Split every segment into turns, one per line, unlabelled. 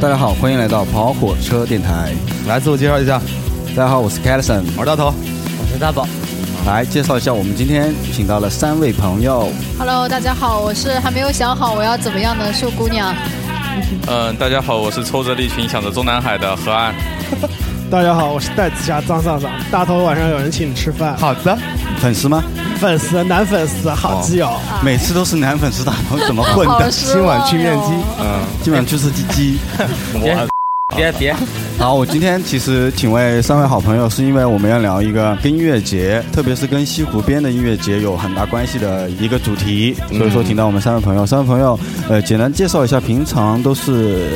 大家好，欢迎来到跑火车电台。
来自我介绍一下，
大家好，我是 Callison。
我是大头。
我是大宝，
来介绍一下，我们今天请到了三位朋友。
Hello，大家好，我是还没有想好我要怎么样的树姑娘。
嗯，大家好，我是抽着利群想着中南海的河岸。
大家好，我是戴子霞张尚尚。大头晚上有人请你吃饭，
好的，
粉丝吗？
粉丝男粉丝好基友，
哦
啊
每次都是男粉丝大头，怎么混
好
的？
失
哦哎
今晚去面基
望哟，
嗯，
基本上就是鸡鸡。
我
别别，
好，我今天其实请为三位好朋友，是因为我们要聊一个跟音乐节，特别是跟西湖边的音乐节有很大关系的一个主题，
嗯
所以说请到我们三位朋友。三位朋友，呃，简单介绍一下，平常都是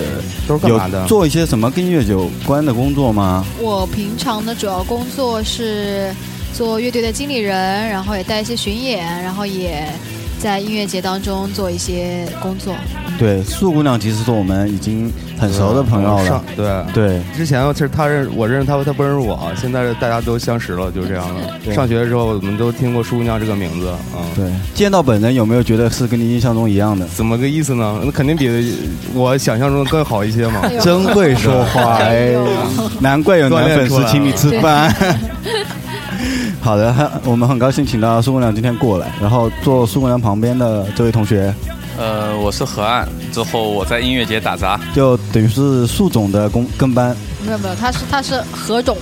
都是干
有
嘛的？
做一些什么跟音乐有关的工作吗？
我平常的主要工作是做乐队的经理人，然后也带一些巡演，然后也在音乐节当中做一些工作。
对，素姑娘其实是我们已经很熟的朋友了
嗯上。对。
对，
之前其实他认我认识他，他不认识我。现在大家都相识了，就是这样的。上学的时候，我们都听过舒姑娘这个名字，嗯，
对，见到本人有没有觉得是跟你印象中一样的？
怎么个意思呢？那肯定比我想象中的更好一些嘛。
哎呦
真会说话，哎
哎呦，
难怪有男粉丝请你吃饭。 好的，我们很高兴请到苏姑娘今天过来，然后坐苏姑娘旁边的这位同学，
呃，我是河岸，之后我在音乐节打杂。
就等于是树总的跟跟班，
没有没有，他是他是何种，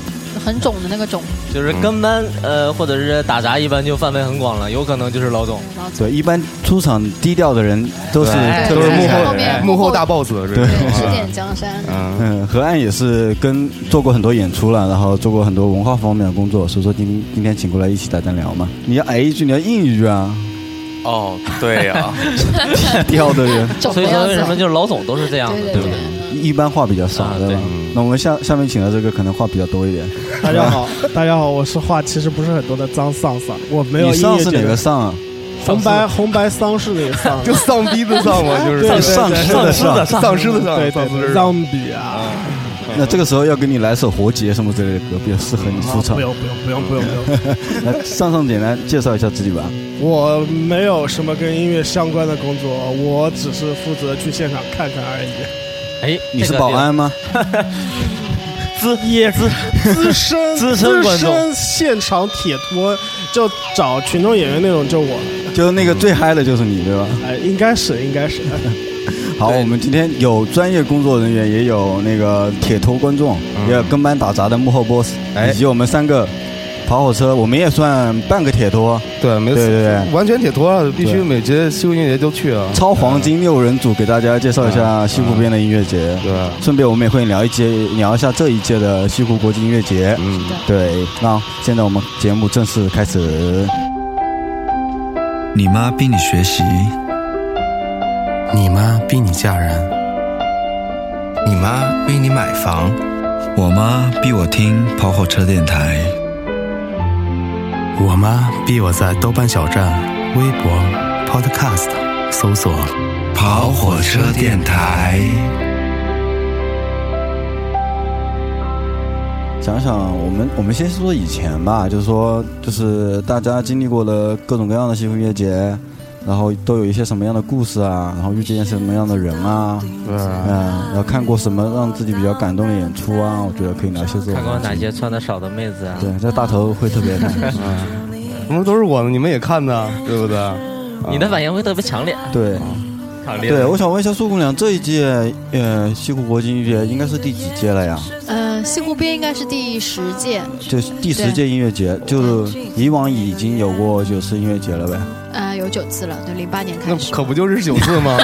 很种的那个种，
就是
嗯
跟班呃，或者是打杂，一般就范围很广了，有可能就是老总。
然后做
对，一般出场低调的人都是
对
特
都
别
是
厉
幕
害
后
的
后
面
幕后大 boss，这
对
是
对，指点江山。
嗯，
嗯，河岸也是跟做过很多演出了，然后做过很多文化方面的工作，所以说今天今天请过来一起大家聊嘛。你要哎一句，你要应一句啊，
哦，对呀、
低调的人
种
所
的
以
样
说为
子
什么就是老总都是这样
对
的，
对
不
对
对？，
一一般话比较少，
啊
对吧
对？
那我们下下面请的这个可能话比较多一点。
大家好，大家好，我是话其实不是很多的张尚尚，我没有
你
音
上
乐
是
节
哪个
的
上啊？
红白红白丧事那个丧，
就丧逼的丧 嘛， 就是
对
上尸的上。
丧尸的
对
丧，
对
丧
对
尸
，zombie 啊，
那这个时候要给你来首活结什么之类的歌，比较适合你出
啊
场
不。用不用不用不用
嗯
不用，
来，上上简单介绍一下自己吧。
我没有什么跟音乐相关的工作，我只是负责去现场看看而 已。
哎，
你是
这个
保安吗？
资业资，
资深
资深观众
现场铁托就找群众演员那种，就我了，
就是那个最嗨的，就是你，对吧？
哎，应该是应该是。啊
好，
对
我们今天有专业工作人员，也有那个铁头观众，也有跟班打杂的幕后 boss，
哎
以及我们三个跑火车，我们也算半个铁啊托，
对，没
对对对
完全解脱了，必须
对
每节西湖音乐节都去啊。
超黄金六人组给大家介绍一下西湖边的音乐节。
对，
顺便我们也会聊一节，聊一下这一届的西湖国际音乐节。
嗯，
对，那现在我们节目正式开始。
你妈逼你学习，
你妈逼你嫁人，你妈逼你买房，
我妈逼我听跑火车电台，
我妈逼我在豆瓣小站、微博、Podcast 搜索
跑火车电台。
想想我们，我们先说以前吧，就是说，就是大家经历过的各种各样的西湖音乐节，然后都有一些什么样的故事啊，然后遇见什么样的人啊，
对啊
嗯，然后看过什么让自己比较感动的演出啊，我觉得可以聊一些这种。
看过哪？些穿的少的妹子啊？
对，这大头会特别看。
怎么都是我呢？你们也看呢，
嗯
对不对？啊
你的反应会特别强烈，啊
对
强烈。
对，我想问一下苏姑娘，这一届呃西湖国际音乐节应该是第几届了呀？
嗯，西湖边应该是第十届，
就是第十
对
届音乐节，就是以往已经有过九次音乐节了呗。
呃，有九次了，对，零八年开
那
始。
可不就是九次 吗？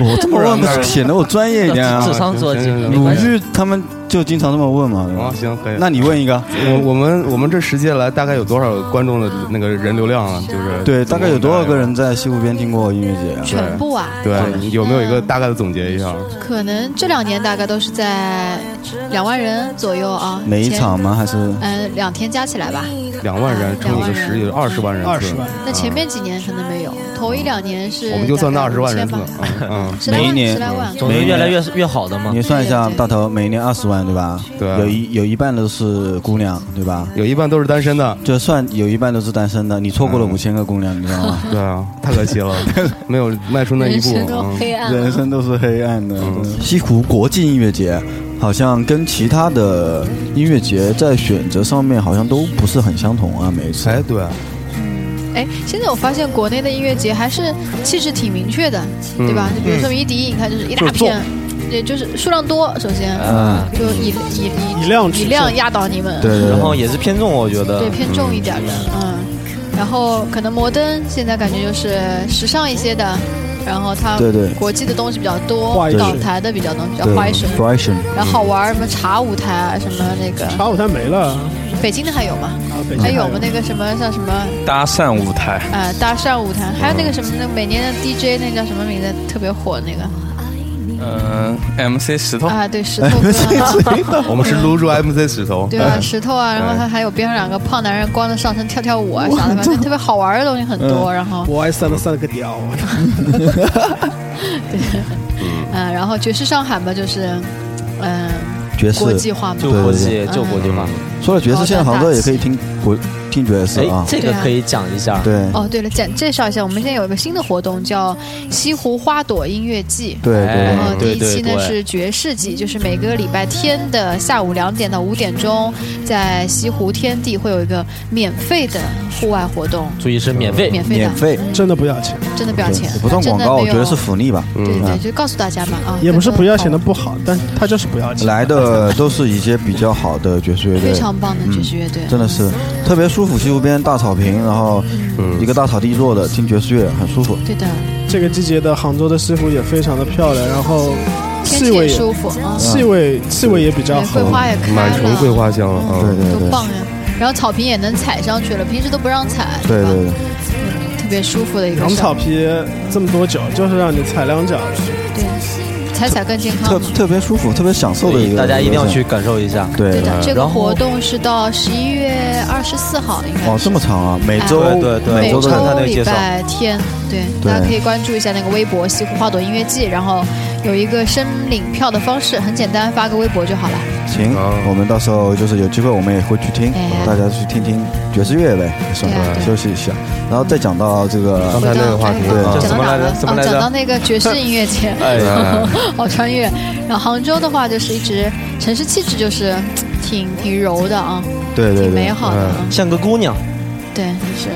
我哦这么问不是显得我专业一点啊
智？商做几？
行行行
没
鲁
关系。
豫他们就经常这么问嘛。对
啊，
吧
行，可以。
那你问一个，
我我们我们这十届来大概有多少观众的那个人流量啊？就是
对，大概有多少个？人在西湖边听过音乐节啊？
全部啊，
对，你有没有一个大概的总结一下？
可能这两年大概都是在两万人左右啊。
每一
前
场？吗？还是
嗯、两天加起来吧。
两万人乘以个十，也就二十万人次。嗯
二十万
那前面几年可能没有，头一两年是
我们就算那
大
二
概
十万人次
5000吧，
嗯，
十来
每一
万，
年
十来万。
总是越来越越好的嘛
你。算一下
对对
大头每年二十万人，对吧？
对啊
有一有一半都是姑娘，对吧？
有一半都是单身的。
就算有一半都是单身的，你错过了
嗯
五千个姑娘，你知道吗？
对啊，太可 惜了，没有迈出那一
人
步。
生都
嗯
黑暗
人
了。
生都是黑暗的。
嗯
西湖国际音乐节好像跟其他的音乐节在选择上面好像都不是很相同啊，每一次。
哎，对，
哎，现在我发现国内的音乐节还是气质挺明确的，
嗯
对吧？就比如说迷笛，你看就是一大片，也就是数量多，首先
呃
嗯，
就以以以
以量取
以量压倒你们，
对对对。
然后也是偏重，我
嗯
觉得
对，偏重一点的，嗯。然后可能摩登现在感觉就是时尚一些的，然后它
对对
国际的东西比较多
花一，
港
水
台的比较多，比较
对嗯
fashion，
，Fashion，
然后好玩儿什么茶舞台啊，什么那个
茶舞台没了，
北京的还有吗？
啊北
嗯
京
还有
吗
吗？？那个什么像什么
搭讪舞台，
呃搭讪舞
嗯
台，还有那个什么那个每年的 DJ 那叫什么名字特别火那个
嗯、m c 石
哦
头，
啊，对石头哥啊，
我们是撸住 MC 石头。哎
对
嗯
啊石头啊，然后他还有边上两个胖男人光着上身跳跳舞啊 啥的，反正特别好玩儿的东西很
嗯
多，然后
我爱三的三个屌，
嗯，然后爵士上海嘛就是嗯
爵
国
士。
际化嘛
就，国际就国际化。
说了爵士，现在杭州也可以
哦
听国听爵士
哎
嗯啊，。
这个
对啊
可以讲一下。
对
哦，对了，简介绍一下，我们现在有一个新的活动叫西湖花朵音乐季。
对
哎
对
然后第
对
一期呢
对对
是爵士季，就是每个礼拜天的下午两点到五点钟，在西湖天地会有一个免费的户外活动，
注意是免费，
免费
对，
的，
免费，
真的不要钱，
真的不要钱
对，不算广告，我觉得是福利吧。
对
嗯
对，就告诉大家嘛啊，
也不是不要钱的
非
不好，但他就是不要钱。
来的都是一些比较好的爵士乐
常非
队，
常棒的爵士乐队，
真的是特别舒服。西湖边大草坪，然后
嗯
一个大草地坐着听爵士乐，很舒服。
对的，
这个季节的杭州的西湖也非常的漂亮，然后
天
气
气
味
也
也
舒服啊，
气味气味也比较
对，
好
桂。花也开
满城
了，
桂花香了
对
啊！
对
多
对，
棒呀！然后草坪也能踩上去了，平时都不让踩，
对
吧
对对，
特别舒服的一个
养
事儿
草皮这么多久，就是让你踩两脚的。
对，踩踩更健康
特
嘛。
特别舒服，特别享受
所
的一
以
个。
大家一定要去。感受一下。
对
对。
的，这个
然后
活动是到十一月二十四号，应该是
哦，这么长啊！每周
哎
对对对
每
每
周
周
都
看他
有
那个
礼
介绍
拜天，对，
对
大家可以关注一下那个微博“西湖花朵音乐季”，然后有一个申领票的方式，很简单，发个微博就好了。
行，我们到时候就是有机会，我们也会去听
哎，
大家去听听爵士乐呗，也算
对啊对
休息一下，然后再讲到这个
刚才那个话题
回到
啊
讲
什
到
么
哪
来着
了？
什么
啊，
来着
讲到那个爵士音乐节，
啊
哎，
好穿越。然后杭州的话，就是一直城市气质就是挺挺柔的啊，
对对嗯
挺美
对，
好的啊，
像个姑娘，
对，就是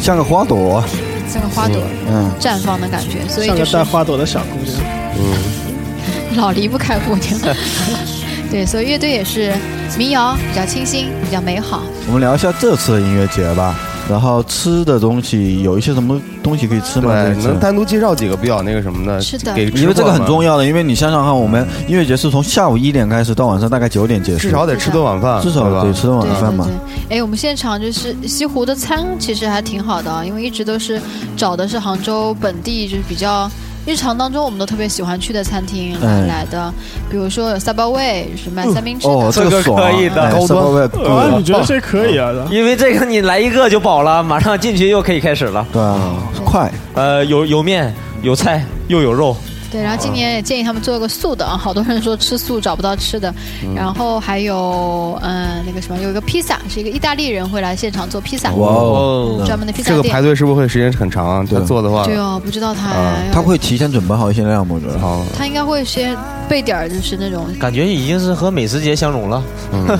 像个花朵，啊
像个花朵
嗯，
绽放的感觉，所以
像
就
个
是
带花朵的小姑娘，
老离不开姑娘。 对，所以乐队也是民谣，比较清新，比较美好。
我们聊一下这次的音乐节吧。然后吃的东西有一些什么东西可以吃吗？
对
这，次
能单独介绍几个比较那个什么的？
是的
给
因为这个很重
要，
要的，因为你想想看，我们音乐节是从下午一点开始到晚上大概九点结束，
至少得吃顿晚饭，
至少
对吧
得吃顿晚
对
饭嘛。
对对，哎，我们现场就是西湖的餐其实还挺好的啊，因为一直都是找的是杭州本地就是比较。日常当中，我们都特别喜欢去的餐厅来
哎
来的，比如说有赛包味，是卖三明治的，
哦，这个
这个
爽
可
啊，
以的
哎
高端
稍微贵
啊，
了
你觉得这可以啊？
因为这个你来一个就饱了，马上进去又可以开始了。
对啊，快，
呃，有有面，有菜，又有肉，
对，然后今年也建议他们做个素的啊，好多人说吃素找不到吃的，
嗯
然后还有嗯那个什么，有一个披萨，是一个意大利人会来现场做披萨，
哇哦，
专门的披
这
萨
个
店
排。队是不是会时间很长啊？他
对
做的话，
对哦，不知道他
啊
他会提前准备好一些量吗？我觉得
好，
他应该会先备点儿，就是那种
感觉已经是和美食节相融了。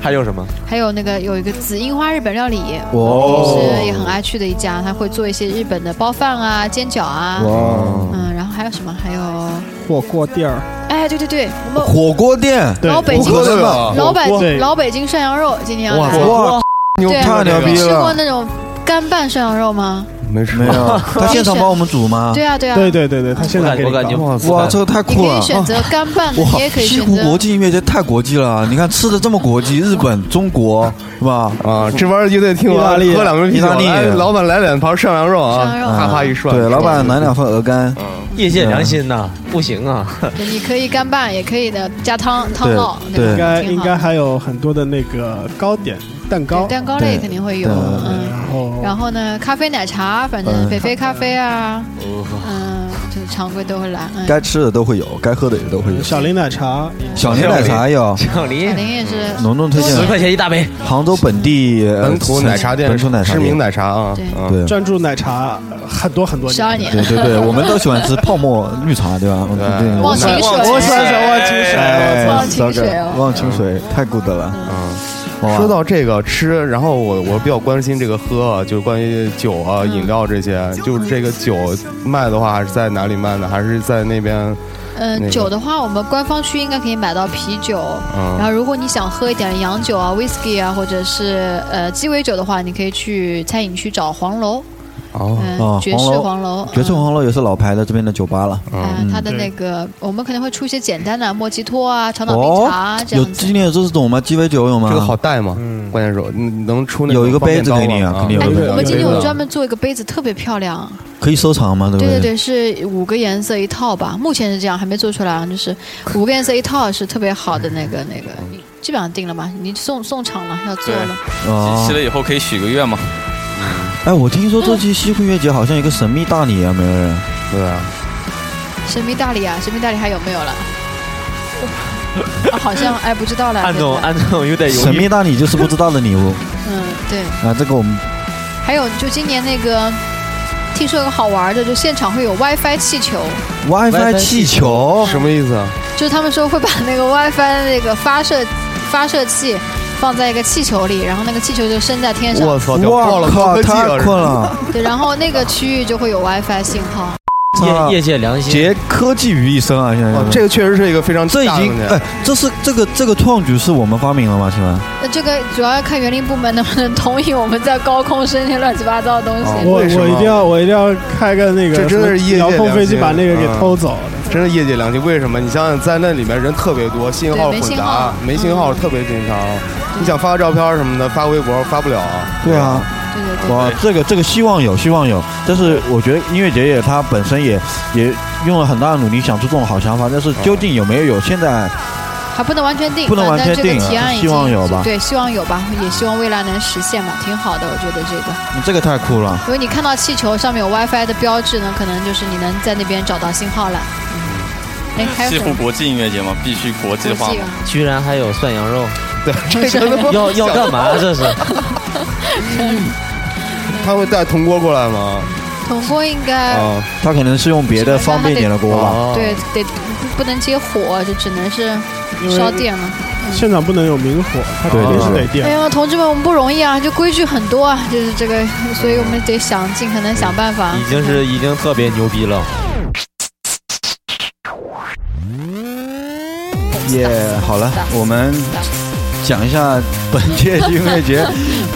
还有什么？
还有那个有一个紫樱花日本料理，
哦
我平时也很爱去的一家，他会做一些日本的包饭啊、煎饺啊，
哇，哦
嗯，然后还有什么？还有，
火锅店儿，
哎，对对对，我们
火锅店，
对
老哦北京
火锅
对
店
吧
老北
火锅
京老北京涮羊肉今天要来，
哇，
对，
太牛
你
逼
吃过
了，
那种干拌涮羊肉吗？
没吃
没 有，他现场帮我们煮吗？
对啊对啊，
对对对对，他现
我
在
感
给
我
你
感觉
搞
哇，这个太
你
酷
可
了
以。选择干拌的，
哇
你也可，以
西
选
湖
择
国际音乐节太国际了，你看吃的这么国际，日本、中国是吧？
啊！这玩意儿乐队听
意大
完
利
喝两瓶啤
意
酒，
大利
来老板来两盘涮羊肉啊，
涮羊肉
啪啪一涮，
对，老板来两份鹅肝，
嗯
业界良心呐、不行啊！
对你可以干拌，也可以的加汤汤酪，那
对
个
应该应
挺好
该
的
还有很多的那个糕点、蛋糕
对，蛋糕类
对
肯定会有，
对对对
嗯。
然后
然后呢，咖啡奶茶，反正
嗯
菲菲咖啡啊，嗯，就是常规都会来。嗯，
该吃的都会有，该喝的也都会有。
小林奶茶，
小林奶茶有，
小林
小林也是，
隆重推
十
荐
块钱一大杯，
杭州本地呃
本土奶茶店，
本土奶茶
知名
店。
奶茶啊，
对
嗯
对
专注奶茶呃很多很多
十二
年。
年，
对对对，我们都喜欢吃泡沫绿茶，对吧？嗯对，
忘情水，
我喜欢小忘情水，
哎，
忘情水哦
忘情水太 good 了。
嗯。
哇
说到这个吃，然后我我比较关心这个喝，啊，就是关于酒啊、
嗯
饮料这些，就是这个酒卖的话是在哪里卖呢？还是在那边？那
嗯，
个
酒的话，我们官方区应该可以买到啤酒。然
嗯
后，如果你想喝一点洋酒啊、whisky 啊，或者是呃鸡尾酒的话，你可以去餐饮区找黄楼，
哦
哦，
嗯，爵
黄
士
楼
黄楼，
爵士
嗯
黄楼也是老牌的这边的酒吧了，
啊
嗯，
它的
对
那个，我们可能会出一些简单的莫吉托啊、长岛冰茶啊这
哦有
样子
今。天有这种吗？鸡尾酒有吗？
这个好带吗？
嗯
关键是嗯能出那
啊有一个杯子
方便
给你啊
刀吗
肯定有
哎，
一个
我们今天有专
门
门做一个杯子，特别漂亮。
可以收藏吗？对不
对对
对
对，是五个颜色一套吧，目前是这样，还没做出来啊。就是五个颜色一套是特别好的那个那个，你基本上定了吧？你送送场了，要做了。
哦
吃了以后可以许个愿嘛？
哎，我听说这期西湖音乐节好像有一个神秘大礼啊，没有人。
对啊，
神秘大礼啊，神秘大礼还有没有了？啊、好像哎，不知道了。
安总
现在
安总
哎
有点犹
神
豫。
秘大礼就是不知道的礼 物
嗯，对。
啊，这个我们
还有就今年那个，听说有个好玩的，就现场会有 WiFi 气球，
WiFi 气球
什么意思啊？
就是他们说会把那个 WiFi 那个发射发射器放在一个气球里，然后那个气球就升在天哎上，
我操，屌爆
哇
了，
靠，
科技啊
太
了
困了！
对，然后那个区域就会有 WiFi 信号。
操
业业界良心，
集科技于一身啊，现在
哦，这个确实是一个非常
这已
大的
经
问题
哎，这是这个这个创举是我们发明了吗？是吧？
那这个主要看园林部门能不能同意我们在高空升些乱七八糟的东西。
哦我我
为什么
一定要我一定要开个那个
这真的是业界
遥控飞机
良心
把那个给
嗯
偷走
真是业界良心。为什么？你想想，在那里面人特别多，信号
对没
混
信
杂
号，嗯
没信号特别紧张。你想发个照片什么的，发微博发不了。
对啊，
对对对。
哇，这个这个希望有，希望有，但是我觉得音乐节也它本身也也用了很大的努力想出这种好想法，但是究竟有没有，现在
还不能完全定，
不能完全
但这
定啊
个提案已经
希望有吧
对，希望有吧，也希望未来能实现吧，挺好的，我觉得这个，
嗯这个太酷了。
因为你看到气球上面有 WiFi 的标志呢，可能就是你能在那边找到信号了。嗯，哎，还有
西
什
湖
么？
国际音乐节嘛，必须国际化
国际
嘛。
啊
居然还有涮羊肉，
对，这 个他妈
要要干嘛这 是？
他会带铜锅过来吗？
铜锅应该、
啊，
它可能是用别的方便点的锅吧，
哦
对得不不能接火，就只能是
了，因
烧
为
电了。
现场不能有明火，它肯
对
定是
对
得
哎
电。
呦，同志们，我们不容易啊，就规矩很多啊，就是这个，所以我们得想尽可能想办法。
已经是已经特别牛逼了。
耶、好了，我们讲一下本 届音乐节，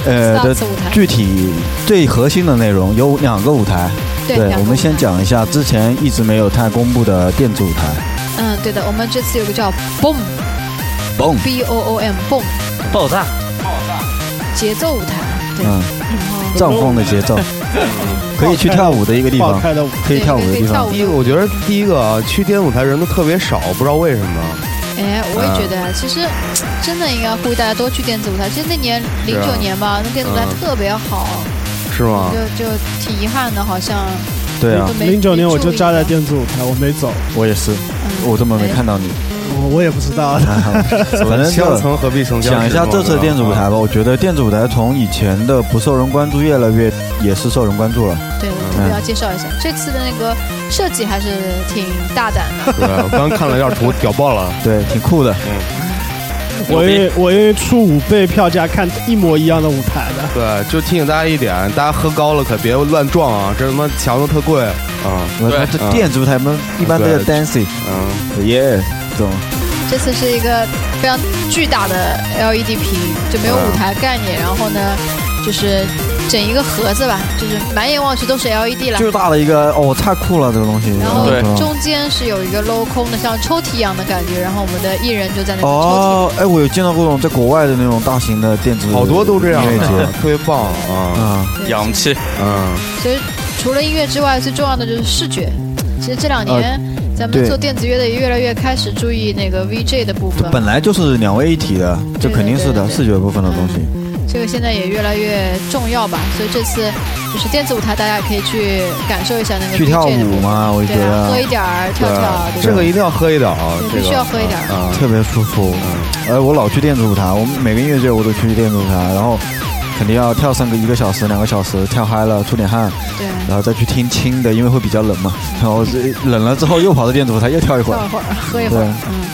呃的
次舞台，
具体最核心的内容有两个舞台，
对，两个
我们先
舞台。
讲一下之前一直没有太公布的电子舞台。
嗯，对的，我们这次有个叫 Boom
Boom
B O O M Boom
爆炸，
节奏舞台，对，
嗯，
然后
藏风的节奏，可以去跳舞的一个地
爆
方，
开的舞，
可以跳舞的地方。
哦第一个，我觉得第一个啊，去电舞台人都特别少，不知道为什么。
哎，我也觉得，其实真的应该呼吁大家多去电子舞台。其实那年零
是啊
九年吧，那电子舞台
嗯
特别好，
是吗？
就就挺遗憾的，好像
对啊
都，没
零九年我就扎在，
没
电子舞台，我没走，
我也是，
注意到
我怎么没看到你？
我我也不知道。
反正
相
就
逢何必曾相识。
讲一下这次的电子舞台吧。我觉得电子舞台从以前的不受人关注，越来越也是受人关注了。
嗯对，我特别要介绍一下，这次的那个设计还是挺大胆 的。
对，我刚看了一下图，屌爆了。
对，挺酷的。
我因为我因为出五倍票价看一模一样的舞台的，
对，就提醒大家一点，大家喝高了可别乱撞啊，这他妈墙都特贵。啊，
我
对
这电子舞台们一般都叫 dancing，
嗯，
耶，懂？
这次是一个非常巨大的 LED 屏，就没有舞台概念，然后呢，就是整一个盒子吧，就是满眼望去都是 LED 了。
巨大的一个，哦，太酷了，这个东西。
然后
对
嗯
中间是有一个镂空的，像抽屉一样的感觉，然后我们的艺人就在那个抽屉。
哦，哎，我有见到过那种在国外的那种大型的电子，
好多都这样啊
音乐
的
节，
特别棒啊。
啊。
对
洋气，
嗯，
所以除了音乐之外，最重要的就是视觉。其实这两年，咱们
对
做电子乐的也越来越开始注意那个 VJ 的部分。
本来就是两位一体的，这肯定是的，
对对对对
视觉部分的东西。
这个现在也越来越重要吧。所以这次就是电子舞台，大家也可以去感受一下那个
去跳
DJ 的
舞
部分
嘛，我觉
对啊，
得
喝一点儿，跳
对
跳
啊，
对
这
吧
个一定要喝一点啊，
对
这个
必须要喝一点儿
啊。
特别舒服。呃，我老去电子舞台，我每个音乐节我都去电子舞台，然后肯定要跳上个一个小时、两个小时，跳嗨了，出点汗，
对，
然后再去听轻的，因为会比较冷嘛。 然后这冷了之后又跑到电子舞台又跳一会
跳
儿
一。会儿，喝一会儿，嗯。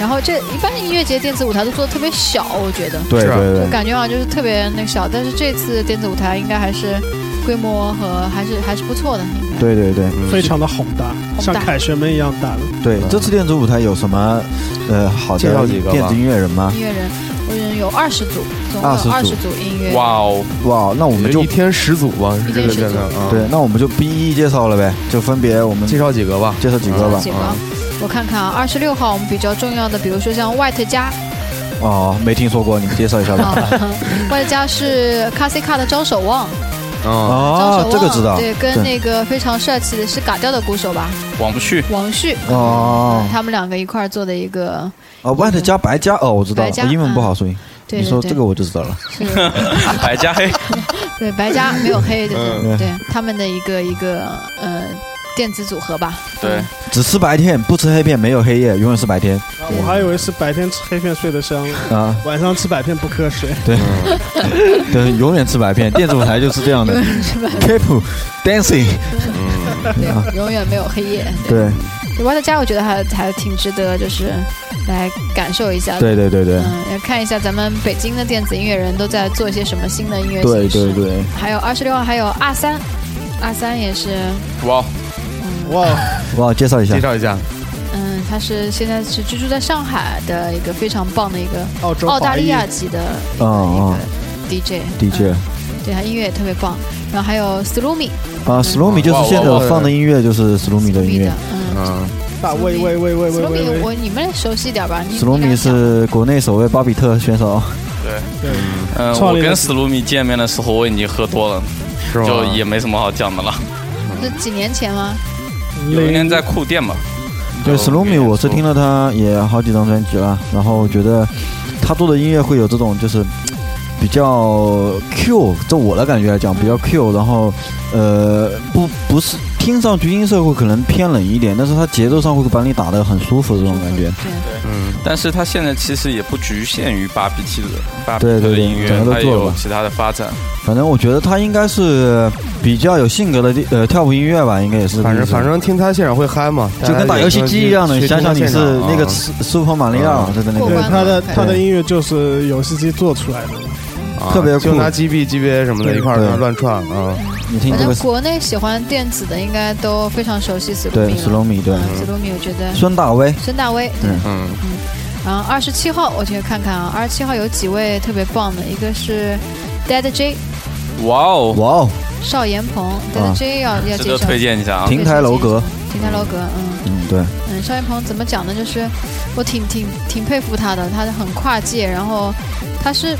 然后这一般音乐节电子舞台都做的特别小，我觉得，
对
是
对
啊
对
我，感觉好像就是特别那个小，但是这次电子舞台应该还是规模和还是还是不错的。应该
对对对
非常的宏大，
大
像凯旋门一样大。
对。这次电子舞台有什么呃好
介
的
绍几个吧
电子音乐人吗？
音乐人，我人有二十组，总共有二
20
十
组
组音乐。
哇哦，
哇，那我
我
们
们
就
就一天十组吧，
一
是
天
这个
十
这个
组
啊。
对，那我们就不一一介绍了呗，就分别我们
介绍几个吧。
介绍几个吧
几。个？我看看啊，二十六号我们比较重要的，比如说像 White 加
哦，没听说过，你们介绍一下吧
啊。，White 加是 c a s i c a 的张守望，
嗯，
张
哦
守，望
这个知道。
对，跟那个非常帅气的是嘎调的鼓手吧，
往不 去，
王旭，
哦
嗯他们两个一块儿做的一个，
啊，white 加白加哦，我知道了，
白加嗯
我英文不好，所以
对
你说
对
这个我就知道了。
对，是，
白加黑，
对白加没有黑的，对
嗯
对，他们的一个一个呃电子组合吧，
对，
只吃白天，不吃黑片，没有黑夜，永远是白天
我还以为是白天吃黑片睡得香，
啊！
晚上吃白片不瞌睡。
对，永远吃白片。电子舞台就是这样 的
嗯
，keep dancing。
对，永远没有黑夜。
对，
对，White 加我觉得还还挺值得，就是来感受一下的。
对对对对
嗯，要看一下咱们北京的电子音乐人都在做一些什么新的音乐
对
形式。
对对，
还有二十六号，还有二三，二三也是，
哇，
哇，
哇，介绍一下
介，绍一下。
嗯，他是现在是居住在上海的一个非常棒的一个
澳洲
澳大
华裔
利亚籍的一个
嗯嗯
一个 DJ
DJ
嗯对他音乐也特别棒。然后还有 Sloomy
啊，Sloomy 就是现在我放的音乐，就是 Sloomy 的音乐
的。，嗯
嗯，
大喂喂喂喂喂喂
，Sloomy
喂，
我你们熟悉点吧？你
Sloomy 是国内首位巴比特选手，
嗯，
创
我
立了
跟史鲁米见面的时候我已经喝多了，
是吗？
就也没什么好讲的了。
是几年前吗？
有一年在库店嘛，
对
就
Sloomy，我是听了他也好几张专辑了，然后我觉得他做的音乐会有这种就是比较 Q，这我的感觉来讲比较 Q，然后呃不不是听上去音色会可能偏冷一点，但是他节奏上会把你打得很舒服这种感觉。
对。
但是他现在其实也不局限于芭比 T 的芭比
对对
特的
对
音乐
整个，都
他也
做了
有
吧
其他的发展。
反正我觉得他应该是比较有性格的呃跳舞音乐吧，应该也是。
反正反正听他现场会嗨嘛，
就跟打游戏机一样的，
去
你想想你
去
是
听他现场
那个
啊
Super Mario 的那
过
对
个
关。
他的
对
他的音乐就是游戏机做出来的。
啊
特别酷
就拿 GB、GB 什么的一块
对
儿乱串啊。
你听
反
这
正
个
国内喜欢电子的应该都非常熟悉 Sloomy
对
了
Sloomy 对
嗯 Sloomy 我觉得
孙大威，
孙大威对。
嗯
嗯，
然后二十七号我去看看啊，二十七号有几位特别棒的，一个是 Dead J
哇哦，
哇哦，
邵延鹏，Dead J 要要
值
介
得
绍
推。荐一下啊！
啊亭台楼阁，
平台楼阁，嗯
嗯对。
嗯，邵延鹏怎么讲呢？就是我挺挺挺佩服他的，他很跨界，然后他是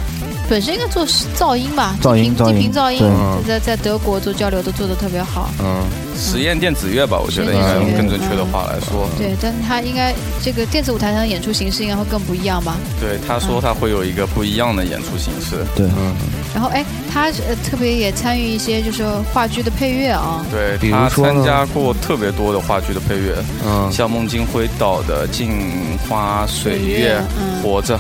本身应该做噪音吧，
噪音
低频
噪音
低频噪
对
音，在在德国做交流都做的特别好。
嗯，
实验电子乐吧，我觉得应该用更准确的话来说。
对，但他应该这个电子舞台上的演出形式应该会更不一样吧。
对，他说他会有一个不一样的演出形式。
嗯
嗯
然后哎，他呃特别也参与一些就是话剧的配乐啊、
对
比如
他
说呢
参加过特别多的话剧的配乐，
嗯，
像孟京辉导的《镜花水月》《
嗯，
活着》，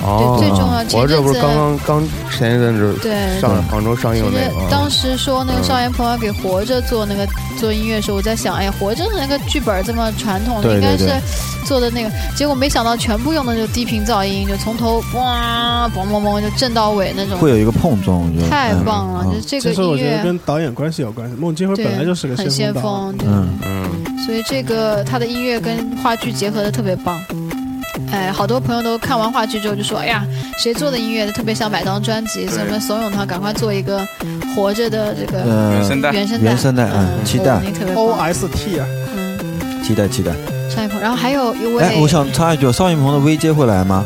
哦，
对最重要前
我这不是
阵子
刚刚刚前一阵子
啊对。
上杭州上
其
映那
实
个啊，
当时说那个
嗯
邵延鹏要给《活着》做那个做音乐的时候，我在想，哎，《活着》那个剧本这么传统，
对
应该
对
是
对
做的那个，结果没想到全部用的就是低频噪音，就从头哇嘣嘣嘣就震到尾那种，
会有一个碰撞，我觉得
太棒了！
嗯
就这
其
个
实我
音
觉得
乐
跟导演关系有关系，孟京辉
对
本来就是个
很
先
先
锋导
锋，对。
嗯
嗯，
所以这个他的音乐跟话剧结合的特别棒。哎，好多朋友都看完话剧之后就说：“哎呀，谁做的音乐特别想买张专辑，所以我们怂恿他赶快做一个活着的这个
原
呃
声带。
原声带。”
原声带，嗯，
嗯，
期待
你特别棒。
，OST 啊，
嗯，
期待期待。
邵一鹏，然后还有一位，
哎，我想插一句，邵云鹏的微接会来吗？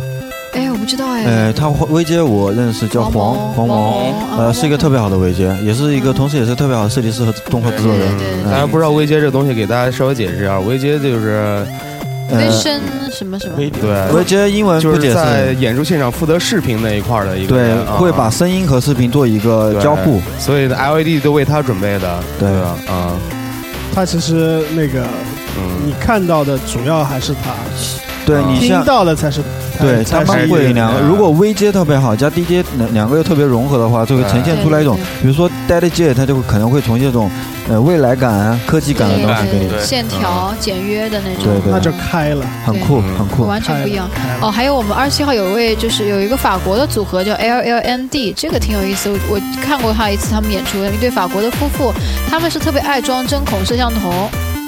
哎，我不知道哎，
呃，他微接我认识叫黄黄
黄毛
毛，
啊
呃，是一个特别好的微接，也是一个
嗯
同时也是特别好的设计师和动画制
对
作
嗯对
人。
对
大
对
家不知道微接这东西，给大家稍微解释一下，微接就是。
呃
vision 什么什么，
对，
我觉得英文
就
不解
是在
释，
演出现场负责视频那一块儿的一个
对
人，啊
会把声音和视频做一个
对
交互。
所以 LED 都为他准备的，
对
吧？啊，
他其实那个
嗯，
你看到的主要还是他，
啊
对你
听
像
到的才是
对他
才
们
是
会
音乐
两个，如果 VJ 特别好加 DJ 两两个又特别融合的话，就会呈现出来一种
对对，
比如说 Daddy J 它就可能会从这种呃未来感啊、科技感的东西给你，
对
线条简约的那
对
种，
对
那就开了，
很酷
嗯
很酷。
完全不一样。
开了。
哦，还有我们二十七号有一位就是有一个法国的组
嗯
合叫 L L N D，这个挺有意思，我我看过他一次他们演出，一对法国的夫妇，他们是特别爱装针孔摄像头，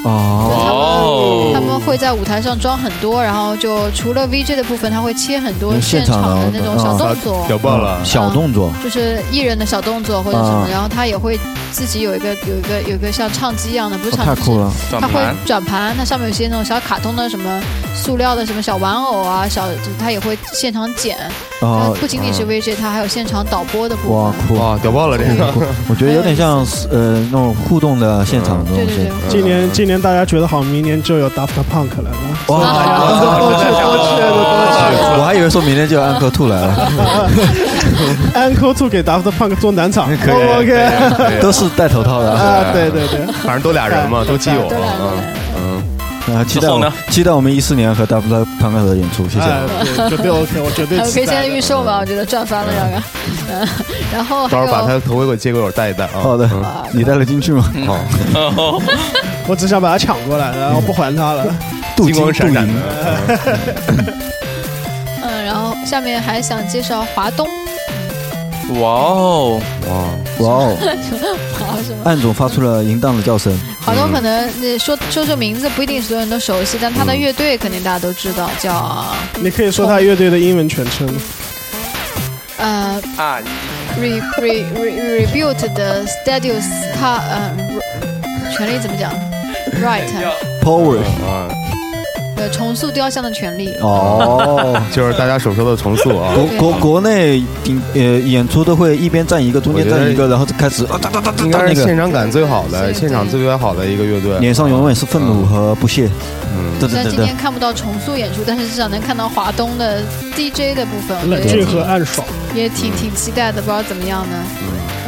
哦，
哦
他们会在舞台上装很多，然后就除了 VJ 的部分，他会切很多
嗯
现
现
场
场
的
的哦
那种小动作，
屌爆了，
小动作，
就是艺人的小动作或者什么
啊，
然后他也会自己有一个有一个有一个像唱机一样的，不是
哦
唱
太
机，
酷了。
转
它会
盘，
转盘，它上面有些那种小卡通的什么塑料的什么小玩偶啊，小它也会现场剪。它
哦，
不仅仅是 VJ，它还有现场导播的部
哇
分。
酷！
哇，屌爆了这
嗯
个，
我觉得有点 像是呃那种互动的现场的东
对对
西
对。，
今年今年大家觉得好，明年就有 Daft Punk 来了。
哇！
啊
多去多去多去
我还以为说明天就有安可兔来了，
！Uncle Two 给 Daft Punk 做暖场
可以
，OK
啊
都是戴头套的。
啊，对对对，
反正都俩人嘛，都基友
都来都
啊
来，
嗯
啊，期待
之后
我
呢
期待我们一四年和 W 庞克的演出，谢谢。
哎，对， 绝对 OK，我绝对
我
期
可以现
待
在
的
预售吧，我觉得赚翻了要个。嗯， 然后
嗯，到
还
时候把
有
他头盔给我借给我戴一戴啊。
好的
嗯
啊，
你带得进去吗？
哦，
我只想把他抢过来，然后不还 他了。
镀
金光闪闪
镀
的
银，
嗯，然后下面还想介绍华东，
哇 哦，
哇，
哇哦！
华啊什么？
暗总发出了淫荡的叫声。
华东可能呃说说这名字不一定所有人都熟悉，但他
嗯
的乐队肯定大家都知道，叫
你可以说他乐队的英文全称，
呃
啊，
re re re rebuild 的 status，他呃，re- 权利怎么讲？right，
Power
啊，
呃，重塑雕像的权利。
哦，
就是大家所说的重 塑啊。
国国国内顶呃演出都会一边站一个，中间站一个，然后就开始啊哒哒哒哒
应
哒
该
那
是现
个，
场感最好的，
对
现场最好的一个乐队，
脸上永远是愤怒和不屑。
嗯
对对
虽然
对
今
对
天，看不到重塑演出，但是至少能看到华东的 DJ 的部分，我
冷
觉得
峻
也
和
挺
暗爽。
也挺挺期待的，不知道怎么样呢。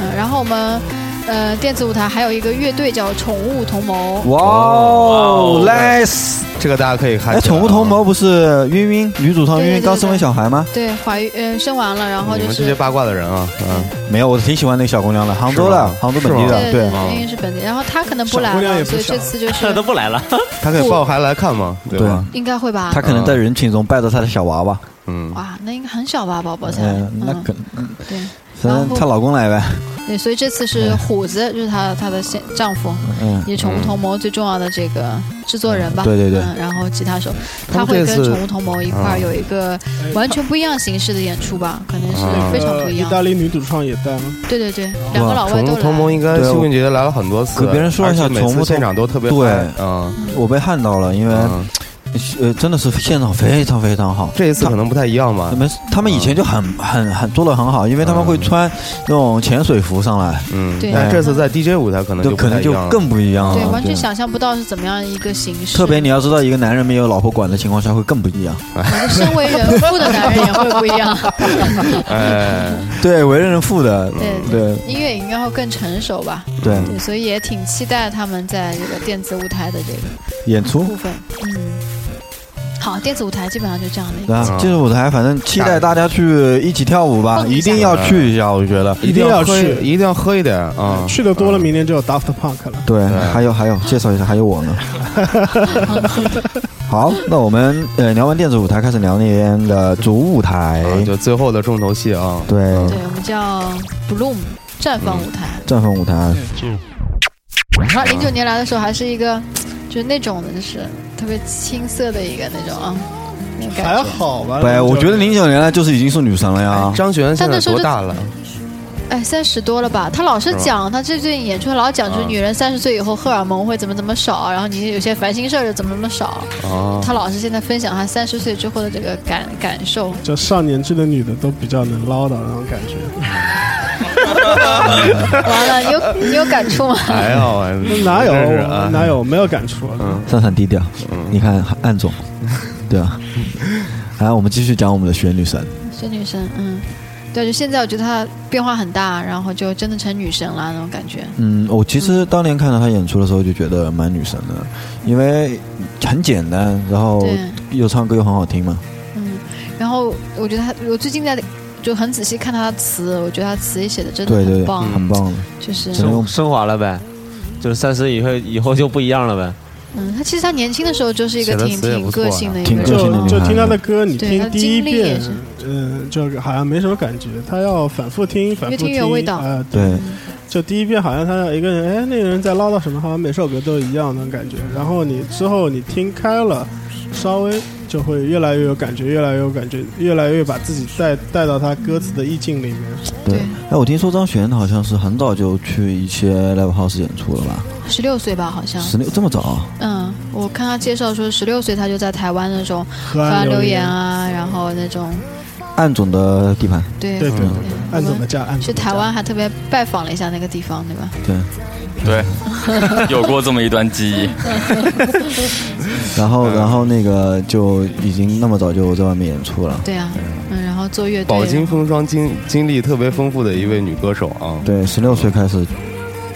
嗯，然后我们呃电子舞台还有一个乐队叫宠物同谋，
哇哦，nice！
这个大家可以看起
哎，
来啊。
宠物同谋不是晕晕女主唱
对对
晕
对
晕
对
刚生完小孩吗？
对，怀孕呃生完了，然后
你
就
们这
是
些八卦的人啊，嗯，
没有，我挺喜欢那个小姑娘的，杭州的
是吗，
杭州本地
是
的，
对
对
对，，对因为是本地，然后他可能不来
小姑娘也
了，
不
所以
小
这次就
他
是
都不来了，
他可以抱孩子来看嘛，对吧？
应该会吧
她。可能在人群中抱着她的小娃娃，
嗯，
哇，那应该很小吧，宝宝才，
嗯，那
嗯，
可
对
反正她老公来呗，
对，所以这次是虎子，就是她她的现丈夫，
嗯，
也宠物同谋最重要的这个制作人吧，
嗯对对对
嗯，然后吉他手，他
他们
会
这
跟
次
宠物同谋一块儿有一个完全不一样形式的演出吧，可能是非常不
呃，
一
意
样
大。利女主唱也在吗？
对对对，两个
哇
老外
宠
都
物同盟
来，
应该
对
幸运节来了很多次，
给别人说一下
而且每
宠物
次
同
现场都特别
对
嗨嗯，
我被撼到了，因为
嗯
呃真的是现场非常非常好。
这一次可能不太一样吧
他，们他们以前就很很很做的很好，因为他们会穿那种潜水服上来，
嗯
对，
但这次在 DJ 舞台可能
就
就
可能就
不太一样了
更不一样了。
对，完全
对
想象不到是怎么样一个形式。
特别你要知道，一个男人没有老婆管的情况下会更不一样。
我身为人父的男人也会不一样，
哎，
对，为人父的，
对对。
对
音乐应该会更成熟吧，
对，
对，所以也挺期待他们在这个电子舞台的这个
演出
部分。嗯，好，电子舞台基本上就这样的一个。
啊
嗯，
这是舞台，反正期待大家去一起跳舞吧，
蹦一
一
下
定要去一下，我觉得。
一定要
喝
去
一定要喝一点啊，
去的多了，明年就有 Daft Punk 了。
对，
对
还有还有，介绍一下，还有我呢。好，那我们呃聊完电子舞台，开始聊那边的主舞台。
啊就最后的重头戏啊，
对，
对，我们叫 Bloom 绽放舞台。
绽放舞台，
然后零九年来的时候还是一个，就是那种的，就是特别青涩的一个那种啊，那种感
还
觉。
好吧，
对，哎我觉得零九年来就是已经是女神了
哎
呀。
张悬现
但那
在
时候
多
就
大了？
哎，三十多了吧？他老是
吧
讲，他最近演出老讲，就是
啊
女人三十岁以后荷尔蒙会怎么怎么少，然后你有些烦心事儿就怎么怎么少。
啊，
他老是现在分享他三十岁之后的这个感感受。
就上年纪的女的都比较能唠叨那种感觉。
完了，你 有你有感触吗？
哎呀，我
哪有
真是啊
哪有没有感触？啊
嗯，
散散低调。你看暗总，对啊。来，我们继续讲我们的雪女神。
是女生，嗯，对，就现在我觉得她变化很大，然后就真的成女神了那种感觉。
嗯，我其实当年看到她演出的时候就觉得蛮女神的，因为很简单，然后
对，
又唱歌又很好听嘛。
嗯，然后我觉得她，我最近在就很仔细看她的词，我觉得她词也写的真的
对对
很
对，
棒，
很棒。
就是
真
升升华了呗，就是三十以后以后就不一样了呗。
嗯，她其实她年轻的时候就是一个
写的
挺
词也
挺
不错
个
啊
性的一
挺
个
个性的
人
女。
就听他
孩
的歌，你
对他
听
的
第一
经历也
遍
是，
嗯，就好像没什么感觉。他要反复听，反
越
复
听越有味道
呃，对，
对，
就第一遍好像他要一个人，哎，那个人在唠叨什么，好像每首歌都一样那种感觉。然后你之后你听开了，稍微就会越来越有感觉，越来越有感觉，越来越把自己带带到他歌词的意境里面。
对
对，
哎，我听说张悬好像是很早就去一些 live house 演出了吧？
十六岁吧，好像。
十六这么早？啊
嗯，我看他介绍说，十六岁他就在台湾那种
河
发
岸
留
留
言，啊，然后那种
暗总的地盘，
对
对对对
嗯
按怎么加，按
去
怎么
台
加
湾还特别拜访了一下那个地方，对吧？
对。
对，有过这么一段记 忆。
然后，然后那个就已经那么早就在外面演出了。
对啊，嗯，然后做乐队，
饱经风霜、经经历特别丰富的一位女歌手啊。
对，十六岁开始，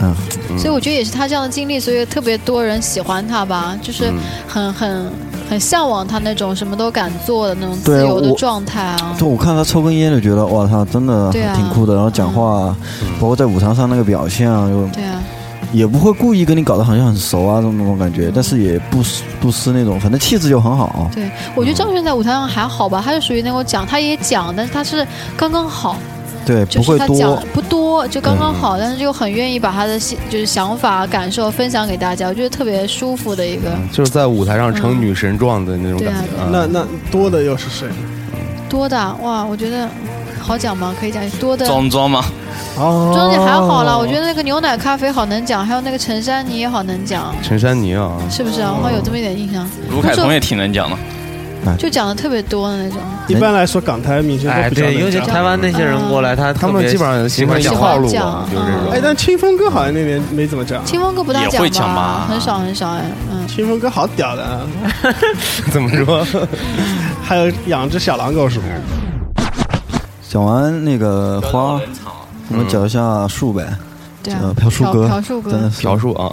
嗯，
所以我觉得也是他这样的经历，所以特别多人喜欢他吧，
嗯
就是很很很向往他那种什么都敢做的那种自
对
由的
我
状态啊。
就我看他抽根烟就觉得，哇，他真的
对啊
挺酷的。然后讲话，啊包括在舞台上那个表现啊，就
对啊，
也不会故意跟你搞得好像很熟啊，这种那种感觉，但是也不失不失那种，反正气质就很好。啊
对，我觉得张悬在舞台上还好吧，他就属于能够讲，他也讲，但是他是刚刚好，
对，
就
不
是
会
他讲
多嗯
得。不多，就刚刚好，但是又很愿意把他的心就是想法、感受分享给大家，我觉得特别舒服的一个。
嗯
就是在舞台上成女神状的那种感觉
嗯对
啊。
那那多的又是谁？
多的啊哇，我觉得好讲吗？可以讲多的。
装装嘛，
哦
庄姐还好啦，我觉得那个牛奶咖啡好能讲，还有那个陈珊妮也好能讲，
陈珊妮啊，
是不是啊？我好像有这么一点印象，
卢凯彤也挺能
嗯
讲的。
就讲的特别多的那种。
一般来说，港台明星都
哎，
比较
对，尤
能
其
讲。
台湾那些人过来，他
他
他
们基本上喜欢
喜
讲
欢
套路啊，
讲
就是这种。
哎，但清风哥好像那边没怎么讲。
清风哥不大
也会
讲
讲吧
很少很少哎，嗯。
清风哥好屌的啊，
怎么 说？
还有养只小狼狗什么的。
讲完那个花，我
嗯
们讲一下树呗，
对啊
呃，朴树哥
朴树哥，
真的是
朴树啊，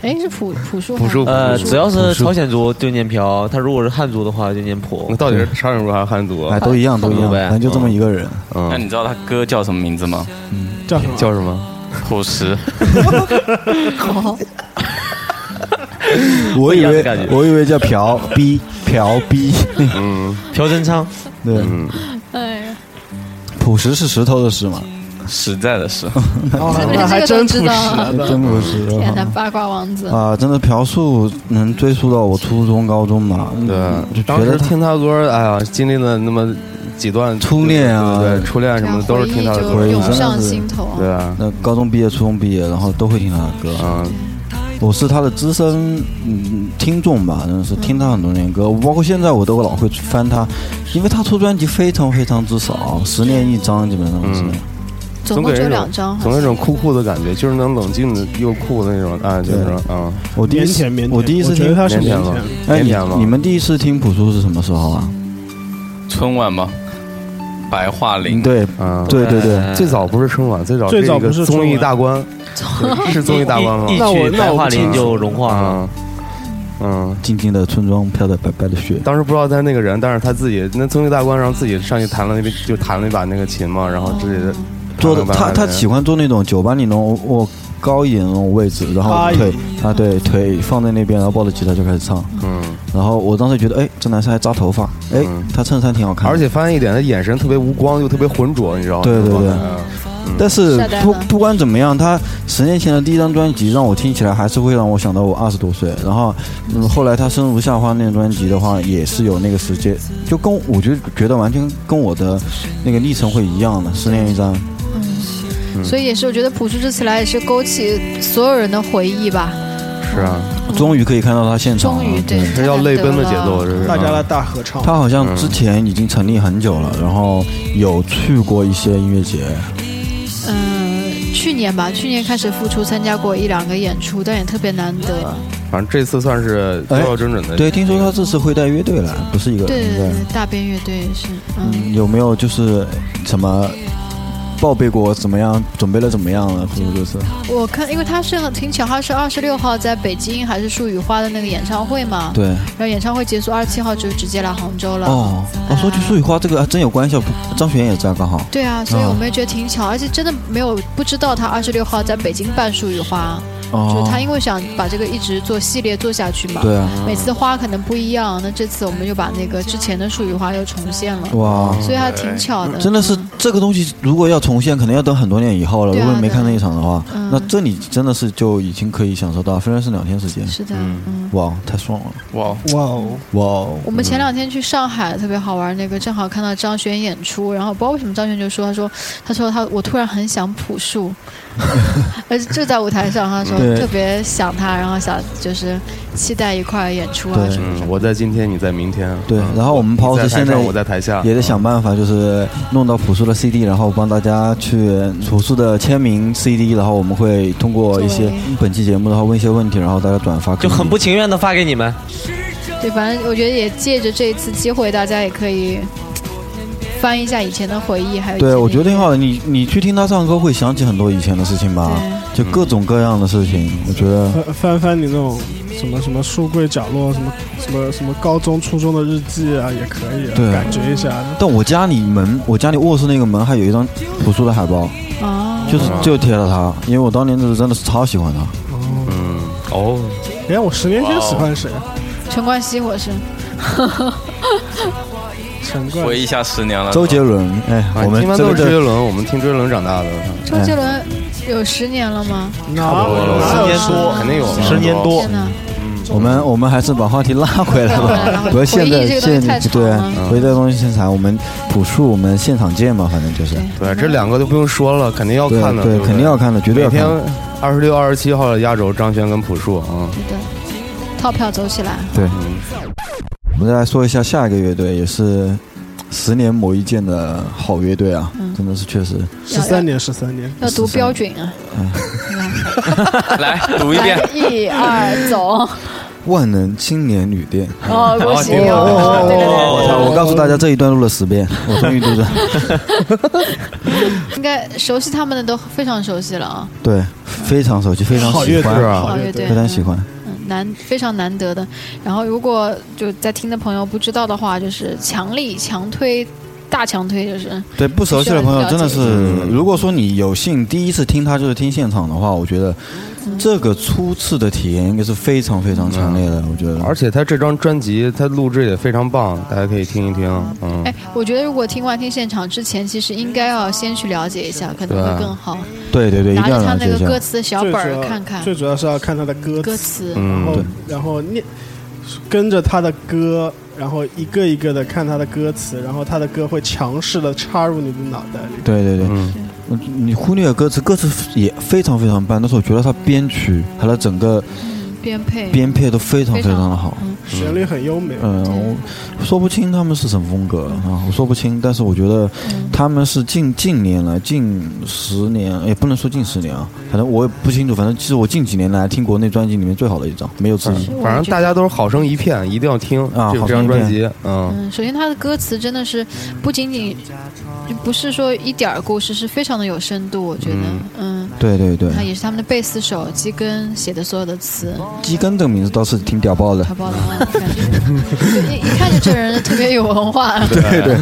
哎，是朴朴树吗，
朴树
呃，
朴树
只要是朝鲜族就念朴，他如果是汉族的话就念朴
那。到底是朝鲜族还是汉族啊？
哎，都一样，都一样，
朴树呗
反正就这么一个 人。
那
嗯，
你知道他哥叫什么名字吗？
叫什么？
叫什么？
朴实，
我以
不一样
为
的感觉
我以为叫朴 逼朴逼，
朴真昌，
对，
嗯
哎呀，
朴实是石头的石嘛，
实在的是，
是不
哦那
是
还
这个都
真朴实
知道？
嗯
真朴实。
天哪，八卦王子，
啊，真的朴树能追溯到我初中、高中吧？嗯
对，
就
当
觉
时
得他
听他歌，哎呀，经历了那么几段
初恋啊
对对初恋
这
什么
样
的都是
回
听
忆
他的
就
歌
回忆，
涌
真
上
的是
心头啊。
对啊，
那高中毕业、初中毕业，然后都会听他的歌。
嗯，
我是他的资深嗯听众吧，真的是听他很多年歌，包括现在我都老会翻他，因为他出专辑非常非常之少，十年一张基本上是。
总
给
共只有
人一
两
种
张，
总有一种酷酷的感觉，就是能冷静的又酷的那种，啊，就是
对
嗯，
我第一
腼
次
腆腼腆，
我第一次
觉得
听，
他是
腼
腼
腆
腆
吗？
哎，
腼
你
腆吗？
你们第一次听朴树是什么时候啊？
春晚嘛，白桦
嗯，
林，
对
嗯，
对对对，
呃
最早不是春晚，最早
最
是
早
一个
不是春
综
晚
艺 大观，是综艺大观吗
一？
那我
去白
那我
桦
不
林
清
就融化了。
嗯嗯，
静静的村庄飘着白白的雪。
当时不知道他那个人，但是他自己那综艺大观，然后自己上去弹了那就弹了一把那个琴嘛，然后自己
坐的
嗯
他他喜欢坐那种酒吧里那种我高一点的那种位置，然后
八一
腿啊对腿放在那边，然后抱着吉他就开始唱。
嗯，
然后我当时觉得，哎，这男生还扎头发，哎
嗯，
他衬衫挺好看的，
而且发现一点，他眼神特别无光，又特别浑浊，你知道吗？
对对对但是
晒呆
不
了
不管怎么样，他十年前的第一张专辑让我听起来还是会让我想到我二十多岁。然后，嗯，后来他《生如夏花》那张专辑的话，也是有那个时间，就跟我就觉得完全跟我的那个历程会一样的，十年一张。
嗯
嗯所以也是我觉得朴树这次来也是勾起所有人的回忆吧。
是啊，
终于可以看到他现场了，嗯
终于对
这要泪奔的节奏，这是嗯
大家的大合唱。
他好像之前已经成立很久了，然后有去过一些音乐节，
嗯，去年吧，去年开始复出参加过一两个演出，但也特别难得。
反正这次算是高校准准的。
对，听说他这次会带乐队来，不是一个
对
人
对
在
对，大编乐队也是，嗯，
嗯有没有就是什么报备过怎么样，准备了怎么样了，或者就是
我看，因为他是很挺巧，他是二十六号在北京还是树雨花的那个演唱会嘛，
对
然后演唱会结束，二十七号就直接来杭州了。
哦哦，说起树雨花这个还真有关系，不张悬也在刚好。
对啊，所以我们也觉得挺巧，而且真的没有不知道他二十六号在北京办树雨花，就
哦
是，他因为想把这个一直做系列做下去嘛，
对啊，
每次的花可能不一样，那这次我们就把那个之前的树雨花又重现了，
哇，
所以还挺巧的，
哦真的是这个东西，如果要重现，可能要等很多年以后了。
对
如
啊
果你没看那一场的话，
嗯
那这里真的是就已经可以享受到，虽然是两天时间。
是的，嗯。
哇，太爽了！
哇，
哇哦，
哇哦，
我们前两天去上海特别好玩，那个正好看到张悬演出，然后不知道为什么张悬就说，他说他说他我突然很想 朴树，而且就在舞台上，他说
对
特别想他，然后想就是呃期待一块儿演出啊
对
什么什
嗯，
么。
我在今天，你在明天。
对
嗯
然后我们抛
你在
是
台
现在
上我在台
啊
下
也得想办法，就是弄到朴树的 CD，然后帮大家去朴树的签名 CD，然后我们会通过一些
作为
本期节目然后问一些问题，然后大家转发，
就很不情愿的发给你们。
对，反正我觉得也借着这一次机会，大家也可以翻一下以前的回忆，还有以前
对，
的
我觉得挺好的。你你去听他唱歌，会想起很多以前的事情吧，就各种各样的事情。我觉得
翻呃翻翻你那种什么什么书柜角落，什么什么什么高中、初中的日记啊，也可以、啊，
对
感觉一下。
但我家里门，我家里卧室那个门还有一张朴树的海报，
啊，
就是就贴了他，因为我当年就是真的是超喜欢他。
嗯，哦，
哎，我十年前喜欢谁？
陈冠希我是
陈冠
回忆一下十年了。
周杰伦，哎，
啊
我们
一般
这
都
个
是周杰
这
伦，我们听周杰伦长大的，
周杰
哎
伦有十年了吗？
哪有
十
哪有
年
十
哦多肯定有
十年多
天哪！
我们我们还是把话题拉回来
拉回来拉
吧
回，来
不要现在
回忆这个东
现
西太长
对
了，嗯
回忆这个东西现场，我们朴树，我们现场见嘛，反正就是
对，这两个都不用说了，肯定
嗯
要
对
看的，
对，
不
肯定要看的，绝对
每
要看
天
的。
二十六、二十七号的压轴，张悬跟朴树啊，
对的，套票走起来。
对，
嗯
我们再来说一下下一个乐队，也是十年磨一剑的好乐队啊，
嗯
真的是确实
十三年，十三年，
要读标准啊！
来读一遍
来，，一二走，
万能青年旅店。
哦，不行，
哦
哦
我
对对
操！我告诉大家，这一段录了十遍，我终于录 了。
对，应该熟悉他们的都非常熟悉了啊，
对，非常熟悉，非常
好
喜
乐队
欢，
啊
好乐队，
非常喜欢。
嗯，难非常难得的。然后如果就在听的朋友不知道的话，就是强力强推，大强推就是
对不熟悉的朋友，真的是
嗯，
如果说你有幸第一次听他就是听现场的话，我觉得这个初次的体验应该是非常非常强烈的。我觉得，
而且他这张专辑他录制也非常棒，大家可以听一听，嗯，
哎，我觉得如果听完听现场之前，其实应该要先去了解一下，可能
对啊
会更好。
对对对，一
拿
定要
着他
了
那
解
个
一
歌
下。
词小
最
本
主
儿
要
看看
最主要是要看他的歌
歌词，
词，然
嗯
后
对
然后念，跟着他的歌，然后一个一个的看他的歌词，然后他的歌会强势的插入你的脑袋里。
对对对，
嗯，
你忽略歌词，歌词也非常非常棒，但是我觉得它编曲还有整个
编配，
编配都非常非
非常
常的好。
旋律很优美，
嗯，我说不清他们是什么风格啊，我说不清。但是我觉得
嗯
他们是近近年来近十年，也不能说近十年啊，反正我也不清楚。反正其实我近几年来听国内专辑里面最好的一张，没有之一。
反正大家都是好声一片，一定要听
啊
这
好
这
声
张
一片
专辑，嗯，
嗯，首先他的歌词真的是不仅仅就不是说一点儿故事，是非常的有深度，我觉得，嗯，
对对对，
他也是他们的贝斯手基根写的所有的词，
基根这个名字倒是挺屌爆的
太。棒了，啊感觉就一一看就这人特别有文化。
对对，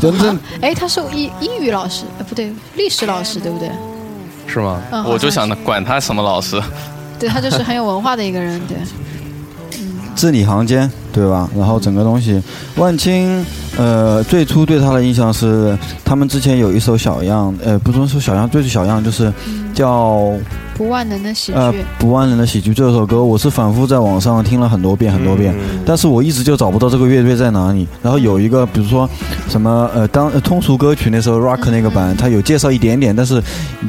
真正
哎，他是英英语老师，呃不对，历史老师对不对？
是吗？
嗯，
我 就
好像
想
是，
管他什么老师，
对他就是很有文化的一个人，对，
字里行间，对吧？然后整个东西，万青，呃，最初对他的印象是，他们之前有一首小样，呃，不是说小样，最初小样就是
嗯
叫
不万能的喜
呃
剧，
《不万人的喜剧》这首歌，我是反复在网上听了很多遍很多遍，
嗯
但是我一直就找不到这个乐队在哪里。然后有一个，比如说什么呃，当呃通俗歌曲那时候 rock 那个版，它有介绍一点点，但是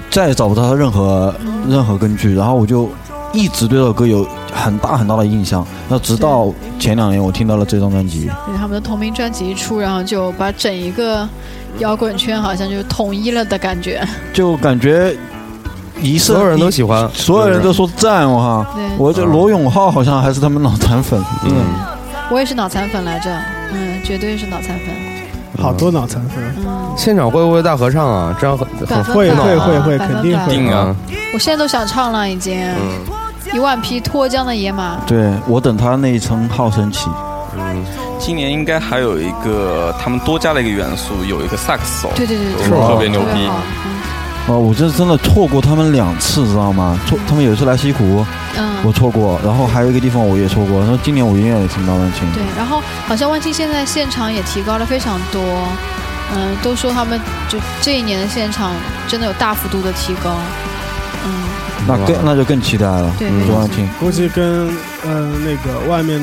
再也找不到它任何任何根据。然后我就一直对这首歌有很大很大的印象。那直到前两年我听到了这张专辑，
对他们的同名专辑一出，然后就把整一个摇滚圈好像就统一了的感觉。
就感觉一
所有人都喜欢，
所有人都说赞我哈。
对，
我这罗永浩好像还是他们脑残粉，
嗯，
我也是脑残粉来着，嗯，绝对是脑残粉，
好多脑残粉，
嗯，
现场会不会大合唱啊？这样很
百
很
分
会
百
会
啊
会会
百分
肯定
百
会
定啊，
我现在都想唱了，已经
嗯
一万匹脱缰的野马，
对我等他那一层号升起，
嗯，
今年应该还有一个，他们多加了一个元素，有一个萨克斯手，
对对对对，
是吗
特别牛
特别
逼。
好，
哦，我这真的错过他们两次，知道吗？错，他们有一次来西湖，
嗯
我
嗯，
错过，然后还有一个地方我也错过，然后今年我永远也听不到万青。
对，然后好像万青现在现场也提高了非常多，嗯，都说他们就这一年的现场真的有大幅度的提高，嗯，
那更那就更期待了。
对
嗯
对
周万
对
青，
估计跟呃那个外面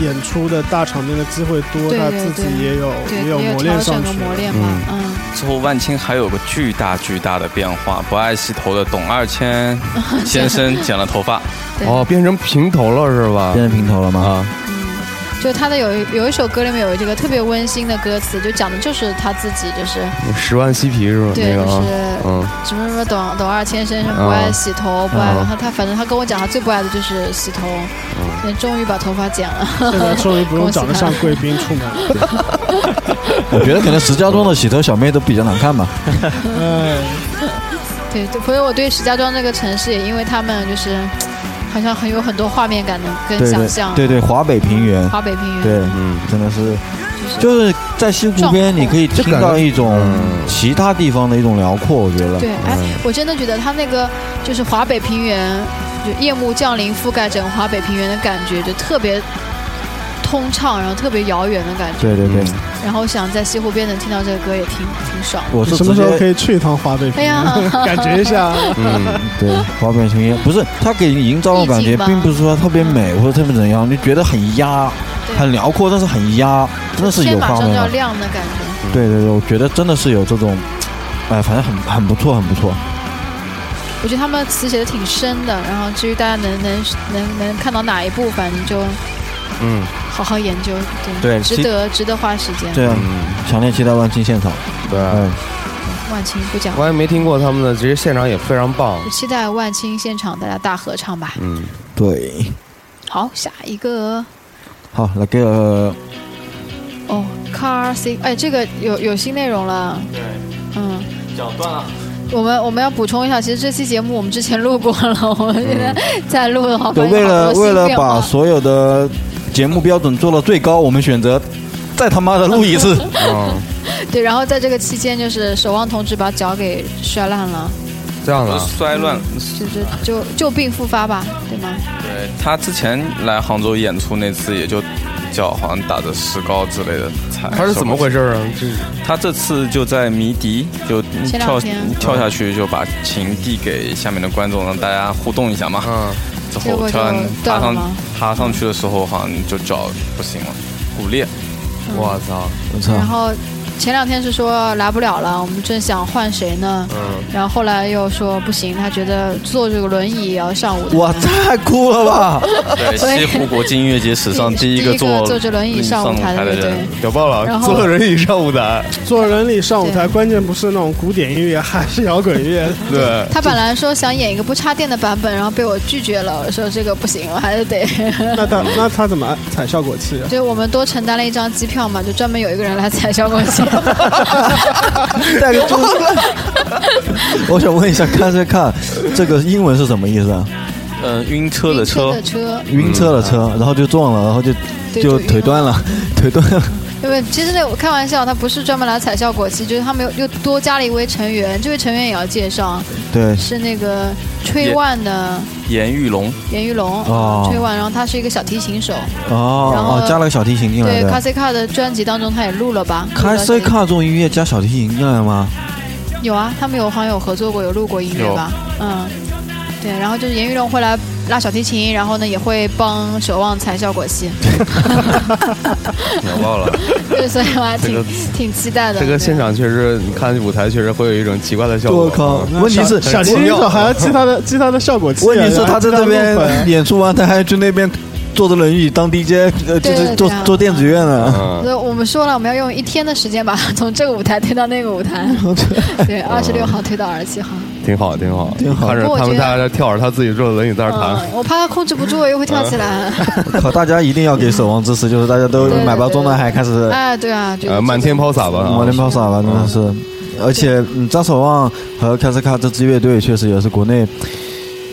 演出的大场面的机会多，
对
他
对
自己
对
也有
对，
有
也有调
磨练
整
上
和
去，
磨练嘛，嗯，
之后万青还有个巨大巨大的变化，不爱洗头的董二千先生剪了头发，
对
哦，变成平头了是吧？
变成平头了吗？
啊，
嗯就他的有一有一首歌里面有这个特别温馨的歌词，就讲的就是他自己，就是
十万嬉皮是吧？
对，就
那个啊，
是
嗯，
什么什么董董二千先生不爱洗头，不爱，
啊
然后他反正他跟我讲，他最不爱的就是洗头，现在终于把头发剪了，
现在终于 不用长得像贵宾出门了。
我觉得可能石家庄的洗头小妹都比较难看吧。
哎，
对，对所以我对石家庄这个城市也因为他们就是好像很有很多画面感的跟
对
想
对
象，
对对，华北平原，
华北平原，
对，
嗯，
真的是，就是在西湖边，你可以听到一种
嗯
其他地方的一种辽阔，我觉得。
对，哎，
嗯
我真的觉得他那个就是华北平原，就夜幕降临覆盖整个华北平原的感觉，就特别通畅，然后特别遥远的感觉。
对对
嗯
对，
然后想在西湖边能听到这个歌，也挺挺爽。
我是直
什么时候
接
可以去一趟华北平
哎
原？
呀，
感觉一下，
嗯，
对华北平原，不是它给你营造的感
意
觉
境，吧
并不是说特别美或者特别怎样，你觉得很压，
对
很辽阔，但是很压，真的是
天
有
马
画
上就
面
要
的。
亮的感觉。
对对对，我觉得真的是有这种，哎，反正很很不错，很不错。
嗯我觉得他们词写的挺深的，然后至于大家能能能能看到哪一部，反正就
嗯
好好研究，
对
值
其
得值得花时间。
这样，
嗯，
强烈期待万青现场。
对，
嗯，
万青不讲，
我也没听过他们的，其实现场也非常棒。
就期待万青现场大家大合唱吧。
嗯，
对，
好，下一个。
好，来给呃
哦，Car
嗯
C，哎，这个有有新内容了。对，嗯，
脚断了。
我们我们要补充一下，其实这期节目我们之前录过了， 我们现在再录的话，
对，
发现
嗯为了
好多
为
新
了
变化
把所有的节目标准做到最高，我们选择再他妈的录一 次。
哦，
对，然后在这个期间，就是守望同志把脚给摔烂了，
这样
我
的
是摔乱，
就就就就病复发吧，对吗？
对他之前来杭州演出那次，也就脚好像打着石膏之类的才。
他是怎么回事啊？这
他这次就在迷笛，就
前两
跳
天
跳下去，就把琴递给下面的观众，让大家互动一下嘛。
嗯，
之
结
后
果就
跳上爬
断了
上
吗
爬上去的时候，好像就脚不行了，骨裂。
我操，
我
啊
操！
然后前两天是说来不了了，我们正想换谁呢，
嗯，
然后后来又说不行，他觉得坐这个轮椅也要上舞台。
哇，太酷了 吧！
对，
所以
西湖国际音乐节史上第一个坐
坐着轮椅上舞台的
的
乐队
人，。
屌爆了
然，后
坐轮椅上舞台，
做人里上舞台，关键不是那种古典音乐，还是摇滚乐。
对，
他本来说想演一个不插电的版本，然后被我拒绝了。我说这个不行，我还是 得。
那他那他怎么踩效果器啊？
就我们多承担了一张机票嘛，就专门有一个人来踩效果 器。
带个猪。我想问一下，看这看这个英文是什么意思啊？
呃，晕车的 车
的，车，
晕车了车，然后就撞了，然后就
对
就腿断。了， 腿断了。
因为其实那我开玩笑，他不是专门来踩效果器，就是他们又又多加了一位成员，这位成员也要介绍，
对，
是那个吹腕的
严玉龙，
严玉龙，
哦
吹腕，然后他是一个小提琴手。然
哦
后
哦，加了个小提琴进来
对 c a
的。
s i c a 的专辑当中他也录了吧？
开
录了
塞卡这种音乐加小提琴进来吗？
有啊，他们有好像有合作过，有录过音乐吧？嗯，对，然后就是严玉龙会来拉小提琴，然后呢也会帮守望踩效果 器，
秒爆了。
对，所以我还挺、
这个
挺期待的。
这个
对
现场确实，你看舞台确实会有一种奇怪的效果。
我靠！问题是
啊小小提
我
琴手还要记他的记他的效果器啊。
问题是他在这
然后记
边
他的部分
演出完，他还去那边坐着轮椅当 DJ，呃，就
对
是
对
做
对啊
做电子乐
嗯
呢。
啊嗯
所以我们说了，我们要用一天的时间把它 从这个舞台推到那个舞 台。对，
哦
二十六号推到二十七号。
挺好，挺好，
挺好
看着
不过
他
我
们
觉得
大家在跳着，他自己坐着轮椅在那儿弹，
嗯，我怕他控制不住，又会跳起
啊
来。
靠，大家一定要给守望支持，就是大家都
对对
买包中南海开始
哎，对啊，就
呃，
就
满天抛洒吧。
摩
啊
天抛洒吧，真的是。而且，嗯，张守望和凯斯卡这支乐队确实也是国内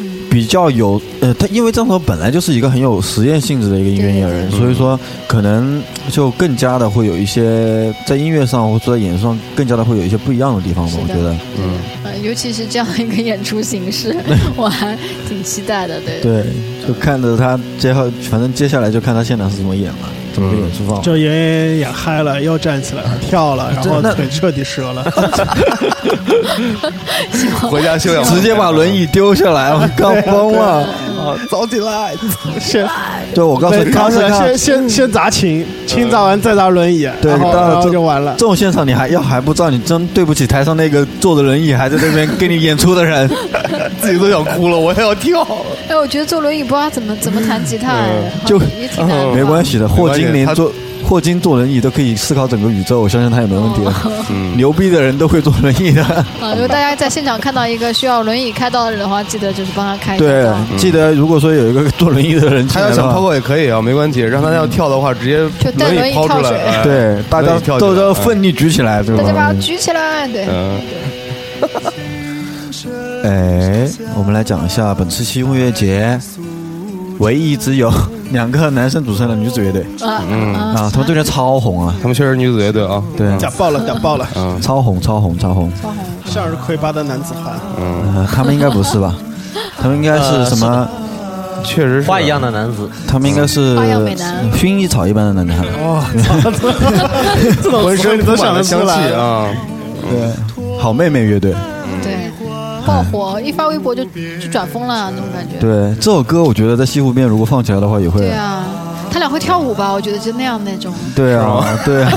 嗯
比较有，呃，他因为张守望本来就是一个很有实验性质的一个音乐艺人，所以说可能就更加的会有一些在音乐上或者在演出上更加的会有一些不一样的地方吧，
是
我
的
觉得。
嗯，
呃尤其是这样的一个演出形 式，我还挺期待的。对，
对，就看着他接后，反正接下来就看他现场是怎么演了，怎么个演出方法。
就演演演嗨了，又站起来了，跳了，然后
真的
腿彻底折了。
嗯
回家休养，
直接把轮椅丢下来， 我靠，疯了！
啊，早起来，
先
对，我告诉你，
刚
当时
才
看
先先先砸琴，琴砸完再砸轮椅，
对
然后
当然
然后
这
就完了
这。种现场，你还要还不知道，你真对不起台上那个坐着轮椅还在那边给你演出的人。
自己都想哭了，我也要跳。
哎，我觉得坐轮椅不知道怎么怎么弹吉他，
呃
哎好
就
也挺难
哦
的。
没关系的，霍金
没关系
连
他
坐霍金坐轮椅都可以思考整个宇宙，我相信他也没 问题的。牛逼的人都会坐轮椅 的。
啊，如果大家在现场看到一个需要轮椅开道的人的话，记得就是帮他开一下
对
道。，
记得如果说有一个坐轮椅的人进
他
来
要
的
想抛
话，
过也可以啊，没关系。让他要跳的话，直接
就带轮
椅
椅
抛出
跳
来
水，
哎，
对，大
轮
家
椅跳起来
都要奋力举起来，对吧
大家？把它举起来。对，
嗯，
哎，我们来讲一下本次西木乐节，唯一只有两个男生组成的女子乐队
嗯
啊啊，
啊，他们最近超红啊，
他们确实女子乐队啊，
对，
假爆了，假爆了！
超红，超红，超红。
超红
向日葵般的男子汉，
呃，他们应该不是 吧？他们应该
呃
是什么？
确实是
花一样的男子，
他们应该是
花样美男
薰衣草一般的男孩，
哦
这种
浑
词汇
身
你
充
都想得
满了
出
香气
来。
啊。
对，好妹妹乐队。
对，爆火，一发微博就就转疯了那种感觉。
对，这首歌我觉得在西湖边如果放起来的话也会
对。啊，他俩会跳舞吧？我觉得就那样那种，
对啊，对啊，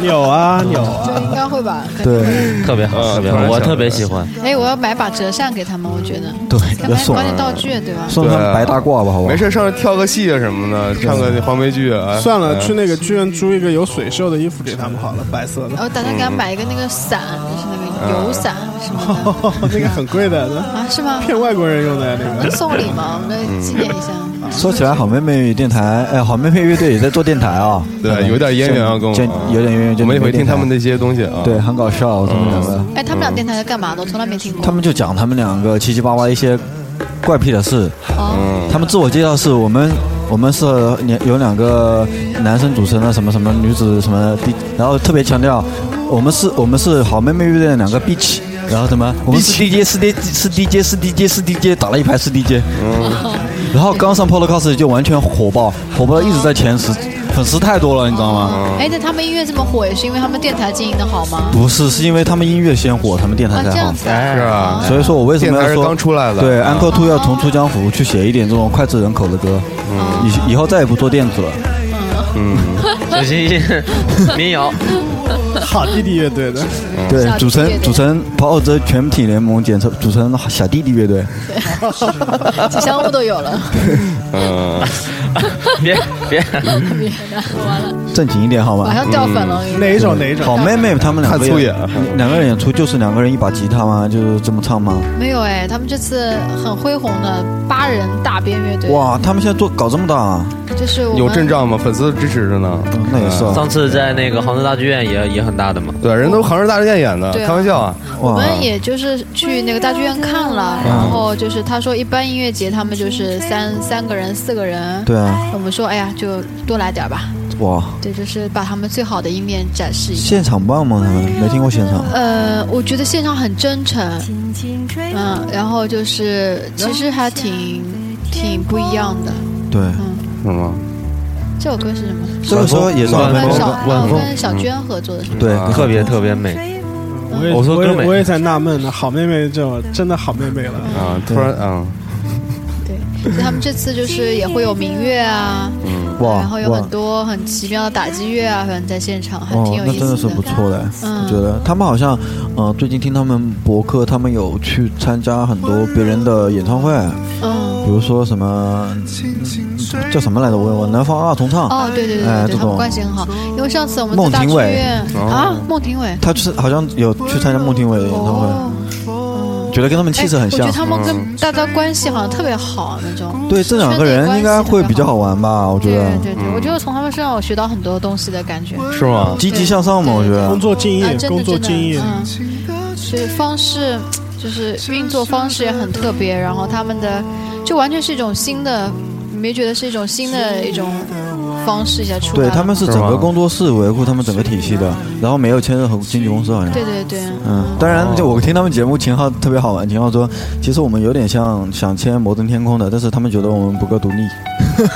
扭啊扭啊！
就应该会吧。感觉
对
特别好，特别
嗯突
好，
然
我
想
特别
起来
喜 欢。
哎，我要买把折扇给他们，我觉得
对，
他
要
们
送
搞点道具，对吧？
送他们白大褂吧，好不好？
没事，上去跳个戏啊什么的，唱个黄梅剧啊。
算了，
哎
去那个剧院租一个有水袖的衣服给他们好了，白色的
然，后打算给他买一个那个伞，就是那个油伞什 么
那个很贵的，
的啊？是吗？
骗外国人用的呀那
能
个。
送礼吗？我们纪念一下。
说起来，好妹妹电台，哎，好妹妹乐队也在做电台啊。
对，有点渊源啊，跟我
就有点渊源，就
我们也会听他们嗯
的。
那些东西啊。
对，很搞笑，他们两个，
哎，他们俩电台在干嘛的？我从来没听过。
他们就讲他们两个七七八八一些怪癖的事。
哦，
他们自我介绍是我们，我们是两有两个男生组成的什么什么女子什么的，然后特别强调我们是我们是好妹妹乐队的两个 bitch，然后什么我们是 DJ 是 DJ 是 DJ 是 DJ 是 DJ 打了一排是 DJ，然
嗯
后刚上 Podcast 就完全火爆，火爆到一直在前十，粉丝太多了，你知道吗？
哎，那他们音乐这么火，也是因为他们电台经营的好吗？
不是，是因为他们音乐先火，他们电
啊，
台
这
才
样
好。
子啊
是啊，
哎所以说我为什么
电
要
台是
说
刚出来的啊
对，Uncle Two 要重出江湖，去写一点这种脍炙人口的歌。
嗯
以以后再也不做电子了。
首 先民谣，
好弟弟乐队的，
对
嗯
小，弟
组成
弟乐队
组成跑火车全体联盟，简称组成小弟弟乐队。
吉祥物都有了，
嗯，
别别，
正经一点好吗
马？上掉粉了。
哪一种哪一种？
好妹妹他们两个
看粗眼
演两个人演出就是两个人一把吉他吗？就是这么唱吗？
没有哎，他们这次很恢宏的八人大编乐队，
哇，他们现在做搞这么大啊？
就是我
有
们
阵仗啊吗？粉丝支持着呢。
嗯那也是啊，
上次在那个杭州大剧院也也很大的嘛，
对，人都杭州大剧院演的，
对啊
开玩笑啊。
我
哇，
们也就是去那个大剧院看了，然后就是他说一般音乐节他们就是三三个人四个人，
对啊，
我们说哎呀就多来点儿吧，
哇，
对，就是把他们最好的一面展示一下。
现场棒吗？他们没听过现场。
呃，我觉得现场很真诚，嗯，然后就是其实还挺挺不一样的。
对，嗯
是吗？
这首歌是什么？
这个时候也是
晚
我
晚
们公的
跟小
风
啊跟小娟合作的是吗？
对，
嗯
特别特别美。
我也
我说
我
哥们
也我也在纳闷呢，好妹妹这种真的好妹妹了。
啊，突然啊，
所以他们这次就是也会有民乐啊，
哇
然后有
哦哇
很多很奇妙的打击乐啊，反正在现场还挺
哦，
有
那
意
真的是
思
不
的。
错的，
嗯
我觉得他们好像，呃，最近听他们博客，他们有去参加很多别人的演唱会，
嗯，
比如说什么嗯叫什么来着？我我南方二重唱，
哦，对对对
哎
对
这
对，
种
他们关系很好，因为上次我们
孟
在大
庭
剧
苇哦
院啊，孟庭苇
他就是好像有去参加孟庭苇的演唱会，
哦，
觉得跟他们
哎
气质很
我
像嗯
觉得。他们跟大家关系好像特别好那种。
对，这两个人应该会比较好玩吧？我觉
对
得
对对，我觉得从他们身上我学到很多东西的感觉。
是吗？
积极向上嘛，我觉
工
得。
作敬
啊，
业，
真
工
的
作
真的，
敬业，
嗯，就是方式，就是运作方式也很特别，然后他们的就完全是一种新的，你没觉得是一种新的一种方式一下出来
对，
了吗？
他们是整个工作室维护他们整个体系的，然后没有签任何经纪公司，好像。
对对对，
嗯，当然，就我听他们节目，秦昊特别好玩。秦昊说，其实我们有点像想签摩登天空的，但是他们觉得我们不够独立。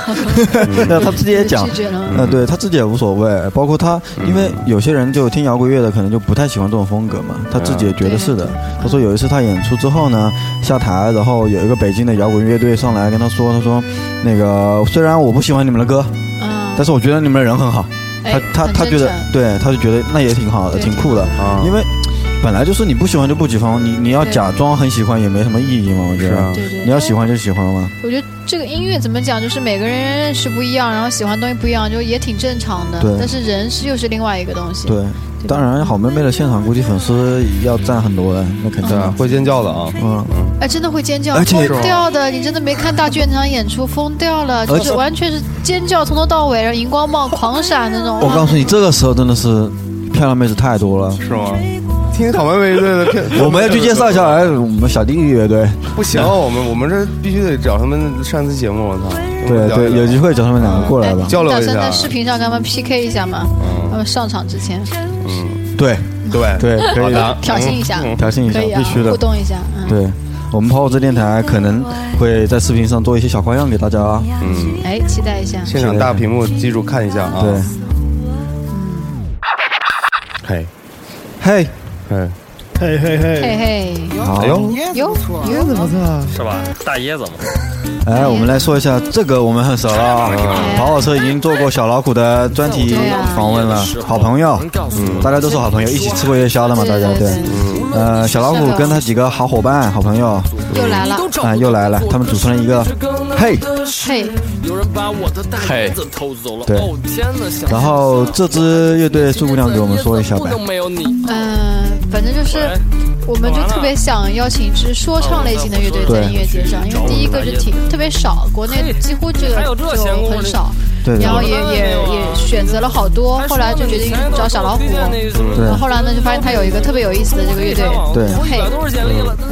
那他自己也讲
拒，绝了。
呃，对他自己也无所谓。包括他，因为有些人就听摇滚乐的，可能就不太喜欢这种风格嘛，他自己也觉得是的。他说有一次他演出之后呢，下台，然后有一个北京的摇滚乐队上来跟他说，他说，那个虽然我不喜欢你们的歌，
嗯，
但是我觉得你们人很好。他
哎
他
很
他觉
真
得嗯
诚，
对，他就觉得那也挺好的，
对
挺酷的。
啊，
因为本来就是你不喜欢就不喜欢，你你要
对
假装很喜欢也没什么意义嘛，我觉
是
得
啊。
对对，
你要喜欢就喜欢嘛，
我觉得这个音乐怎么讲，就是每个人认识不一样，然后喜欢的东西不一样，就也挺正常的
对。
但是人是又是另外一个东西。
对。
对吧
当然，好妹妹的现场估计粉丝要占很多的，那肯定
对啊，
的。
会尖叫的啊，
嗯，
哎，真的会尖叫，
而且
疯掉的！你真的没看大剧院那场演出，疯掉了，
而
就
且
是完全是尖叫，从头到尾，然后荧光棒狂闪那种。
我告诉你，这个时候真的是漂亮妹子太多了。
是吗？听好妹妹队的片，
我们要去介绍一下，哎，我们小弟弟乐队，
不行，我们我们这必须得找他们上次节目，我操！
对对，有机会叫他们两个过来吧。嗯
交流
哎打
一
算
下
在，视频上跟他们 PK 一下嘛？他们上场之前
对
对
对，可
好
以
的，嗯
挑衅一下，
挑衅一下，
可以啊
嗯必须，的
互。动一下，嗯，
对，我们跑火车电台可能会在视频上做一些小花样给大家啊。
嗯，
哎，期待一下。
现场大屏幕，记住看一下啊。
对，
嘿，
嘿，
嘿，
嘿
嘿
嘿嘿，
嘿，
好
哎。呦，
哟哟，
是吧？大椰子嘛，
嗯
哎，我们来说一下这个，我们很熟了啊。跑火车已经做过小老虎的专题
对啊
访问了，好朋友，
嗯
嗯大家都是好朋友，一起吃过夜宵的嘛，大家对。呃，小老虎跟他几个好伙伴、好朋友啊、
又来了，
又来了，他们组成了一个嘿，
嘿，
嘿，
对。然后这支乐队苏姑娘给我们说一下呗。
嗯，反正就是，我们就特别想邀请一支说唱类型的乐队在音乐节上，因为第一个是挺特别少，国内几乎哎这个就很少，
对对
然后也也也选择了好多，后来就决定找小老虎，然后后来呢就发现他有一个特别有意思的这个乐队，
对，
嘿，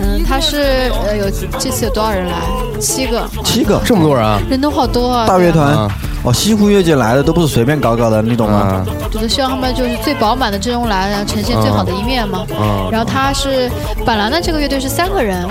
嗯，他是呃有这次有多少人来？七个，
七个
这么多人啊，
人都好多啊，
大乐
对啊，
团哦，西湖乐界来的都不是随便搞搞的，你啊懂吗？
嗯
就是希望他们就是最饱满的阵容来，然后呈现最好的一面嘛。
嗯
然后他是板蓝的这个乐队是三个人，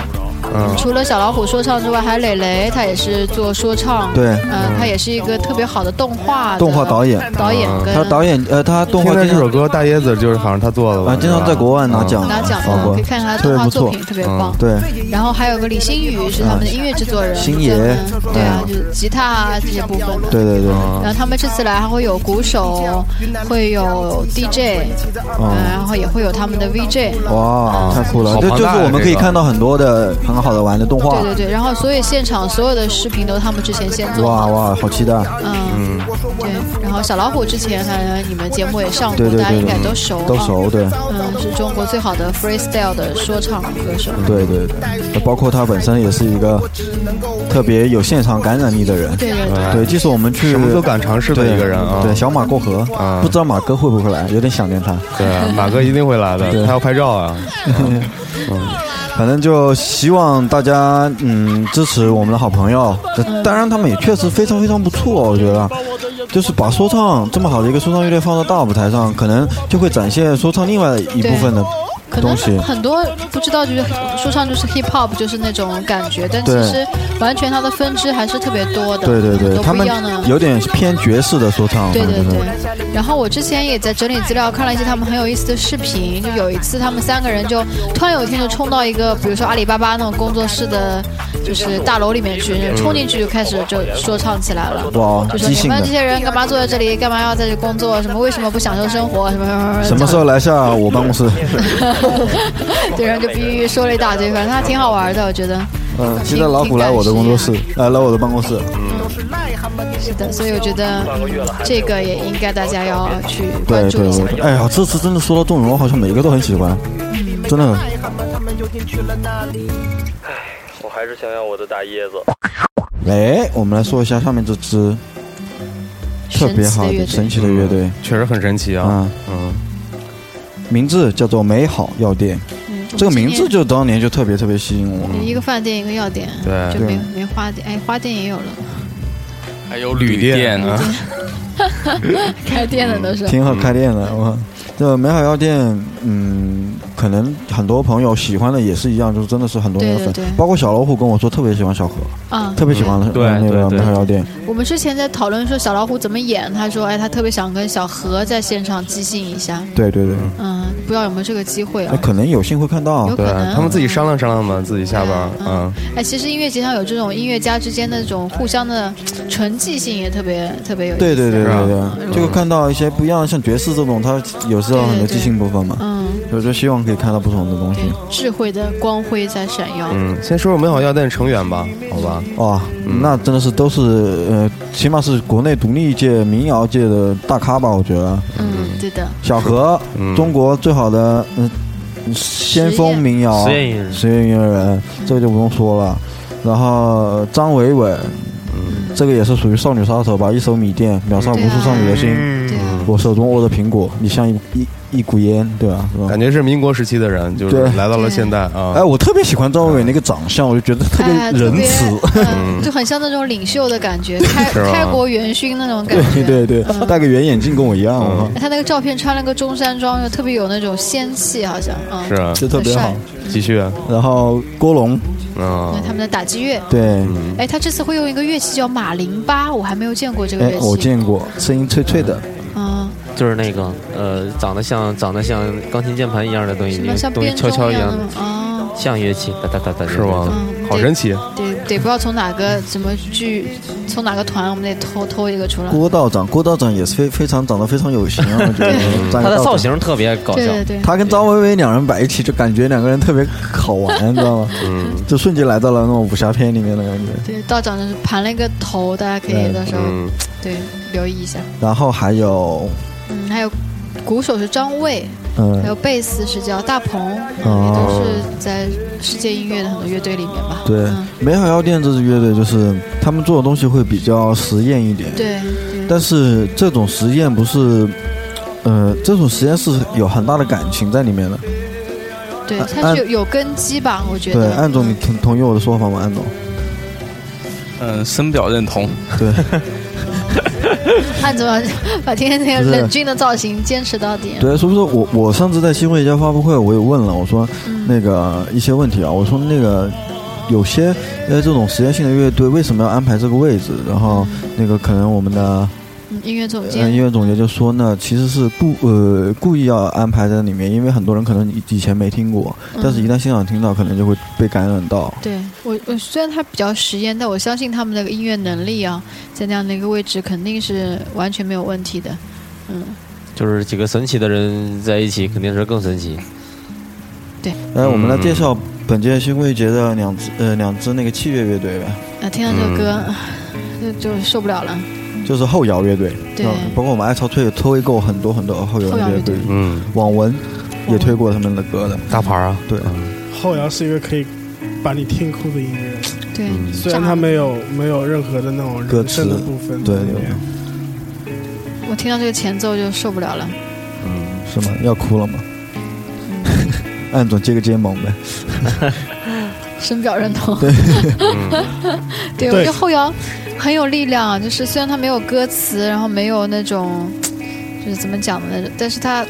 嗯
除了小老虎说唱之外，还有磊磊，他也是做说唱。
对
嗯、他也是一个特别好的动画的
动画导演
导演跟
他导演呃，他动画
现在
电视
这首歌大椰子就是好像他做的吧？嗯
啊，经常在国外拿奖，
拿奖
拿
的，
过
可以看看他
特别
动画
不
作
错嗯
品。特别棒。
对，
然后还有个李星宇是他们的音乐制作人，
星爷
嗯对啊，就是吉他啊这些部分。
对对对，
然后他们这次来还会有鼓手，会有 DJ，嗯，然后也会有他们的 VJ，
哇，太酷了！
嗯好
就就
庞
是
大呀
我们
这
可以
个
看到很多的很好的玩的动画
对，对对，然后所有现场所有的视频都是他们之前先做
哇
好的。
哇，好期待！
嗯，对。然后小老虎之前反正你们节目也上过
对，对
大家
对
应
对
该，都熟。
都。熟，对
嗯，是中国最好的 freestyle 的说唱歌手。
对对对，包括他本身也是一个特别有现场感染力的人，
对对对。
对，即使我们去
哎什么都敢尝试的一个人啊。嗯
对小马过河，不知道马哥会不会来，有点想念他。
对，啊马哥一定会来的，他要拍照啊。
反正就希望大家嗯支持我们的好朋友，这
嗯
当然他们也确实非常非常不错，我觉得，就是把说唱这么好的一个说唱乐队放到大舞台上，可能就会展现说唱另外一部分的
可
东
能
西。
很多不知道，就是说唱就是 hip hop，就是那种感觉，但其
对
实完全它的分支还是特别多的，
对对
很
对，
多
他
不一
们
样的。
有点偏爵士的说唱，
对对
反正就是
对，然后我之前也在整理资料，看了一些他们很有意思的视频。就有一次，他们三个人就突然有一天就冲到一个，比如说阿里巴巴那种工作室的，就是大楼里面去，冲进去就开始就说唱起来了。
哇
就，说
即
你
兴
们
的
这。些人干嘛坐在这里？干嘛要在这工作？什么为什么不享受生活？什么什么
什么 时候来下我办公室？
对，然后就哔哔哔说
嗯
了一大堆，反正他挺好玩的，我觉得。
嗯，期待老虎来我的工作室，呃，来我的办公室。
是的，所以我觉得这个也应该大家要去关
对
注
嗯对
一下。
对，哎呀，这次真的说到纵容，我好像每一个都很喜欢，真的。
我还是想要我的大椰子。
哎，我们来说一下下面这支特别好的神奇的乐队，
确实很神奇啊。嗯，
名字叫做美好药店。
嗯，
这个名字
就
就当年就特别特别吸引我。
一个饭店一个药店，
嗯对
就没
对
没花店，哎，花店也有了，
还
嗯
有旅店啊，
开店的都是。
挺好开店的，我这美好药店，嗯，可能很多朋友喜欢的也是一样，就是真的是很多人的粉
对对，对
包括小老虎跟我说特别喜欢小何，
嗯
特别喜欢
嗯
对
那个
对对
美好药店，
我们之前在讨论说小老虎怎么演，他说，哎，他特别想跟小何在现场即兴一下，
对对对，
嗯，不知道有没有这个机会啊
那？可能有幸会看到，
有可能
啊他们自己商量商量吧，自己下班。嗯，
哎，其实音乐节上有这种音乐家之间的这种互相的纯即兴也特别特别有意思。
对对对对
嗯
对，就会看到一些不一样的，像爵士这种，它有时候很多即兴部分嘛，
嗯，
所以说希望可以看到不同的东西。
智慧的光辉在闪耀。
嗯，先说说美好药店成员吧，好吧？
哇，那真的是都是呃，起码是国内独立界、民谣界的大咖吧，我觉得。
嗯，对的。
小何，
嗯
中国最好的嗯先锋民谣
哦
实验音乐人
实验音乐人，这个就不用说了。然后张伟伟，
嗯
这个也是属于少女杀手吧，一首《米店》，秒杀无数少女的心。
啊
我手中握着苹果，你像一一一股烟，对吧？是吧？
感觉是民国时期的人，就是
嗯对
来到了现代啊。
哎，我特别喜欢张伟伟那个长相，我就觉得特别
哎特
仁
别
慈。
嗯，就很像那种领袖的感觉，开
是吧
开国元勋那种感觉。嗯
对 对对，戴个圆眼镜跟我一样，
嗯
我靠
哎他那个照片穿了个中山装，就特别有那种仙气，好像嗯，
啊，就特别好
很帅。
继续，啊
然后郭龙，
嗯
因为他们的打击乐。
对，
嗯
哎，他这次会用一个乐器叫马林巴，我还没有见过这个
哎
乐，器。
我见过，声音脆脆的，
嗯，
就是那个呃，长得像长得像钢琴键盘一样的东西，
什么
嗯
像
东西
编
敲
钟
敲
一样
样
的吗
的，？
哦。
像乐器，哒哒哒哒，
啊是吗？
嗯
好神奇。啊
得得不知道从哪个什么剧，从哪个团，我们得偷偷一个出来。
郭道长，郭道长也是非非常长得非常有型啊，我 觉得长
他
得
的
道
造
长
型特别搞笑，
对对对
他跟张维维两人摆一起，就感觉两个人特别好玩，你知道吗？嗯，就瞬间来到了那种武侠片里面的感觉。
对，道长就是盘了一个头，大家可以
嗯
到时候、
嗯
对留意一下。
然后还有，
嗯，还有鼓手是张卫，
嗯
还有贝斯是叫大鹏，
哦
都是在世界音乐的很多乐队里面吧。嗯
对，美好药店这支乐队就是他们做的东西会比较实验一点，
对，
但是这种实验不是，呃，这种实验是有很大的感情在里面的。
对，
啊按
他是有有根基吧，我觉
对，
得。
安总，你同同意我的说法吗？安总，
嗯，深表认同。
对，
按总把今天那
不
个
是
冷峻的造型坚持到底。
对，所以说我我上次在新会一家发布会，我也问了，我说
嗯
那个一些问题啊，我说那个有些呃这种实验性的乐队为什么要安排这个位置？然后那个可能我们的
嗯音乐嗯总
呃音
监，
乐总监就说呢，其实是故呃故意要安排在里面，因为很多人可能以以前没听过，
嗯
但是一旦现场听到，可能就会被感染到。
对我，我虽然他比较实验，但我相信他们的音乐能力啊，在那样的一个位置肯定是完全没有问题的。嗯，
就是几个神奇的人在一起，肯定是更神奇。
对。
来，哎我们来介绍本届新会节的两支呃两支那个器乐乐队呗，
啊，听到这首歌、
嗯
就就受不了了。
就是后摇乐队，
嗯对
嗯包括我们爱潮推也推过很多很多后摇
后摇
乐
乐
队，
队
嗯，网文也推过他们的歌的，
大牌啊，
对，
后摇是一个可以把你听哭的音乐，
对，
嗯虽然它没有没有任何的那种
歌
人
词
声的部分，
对，
我听到这个前奏就受不了了。
嗯，是吗？要哭了吗？
嗯
暗总接个接猛呗，
深表认同。
对
对，
对
我觉得后摇很有力量啊，就是虽然它没有歌词，然后没有那种就是怎么讲的那种，但是它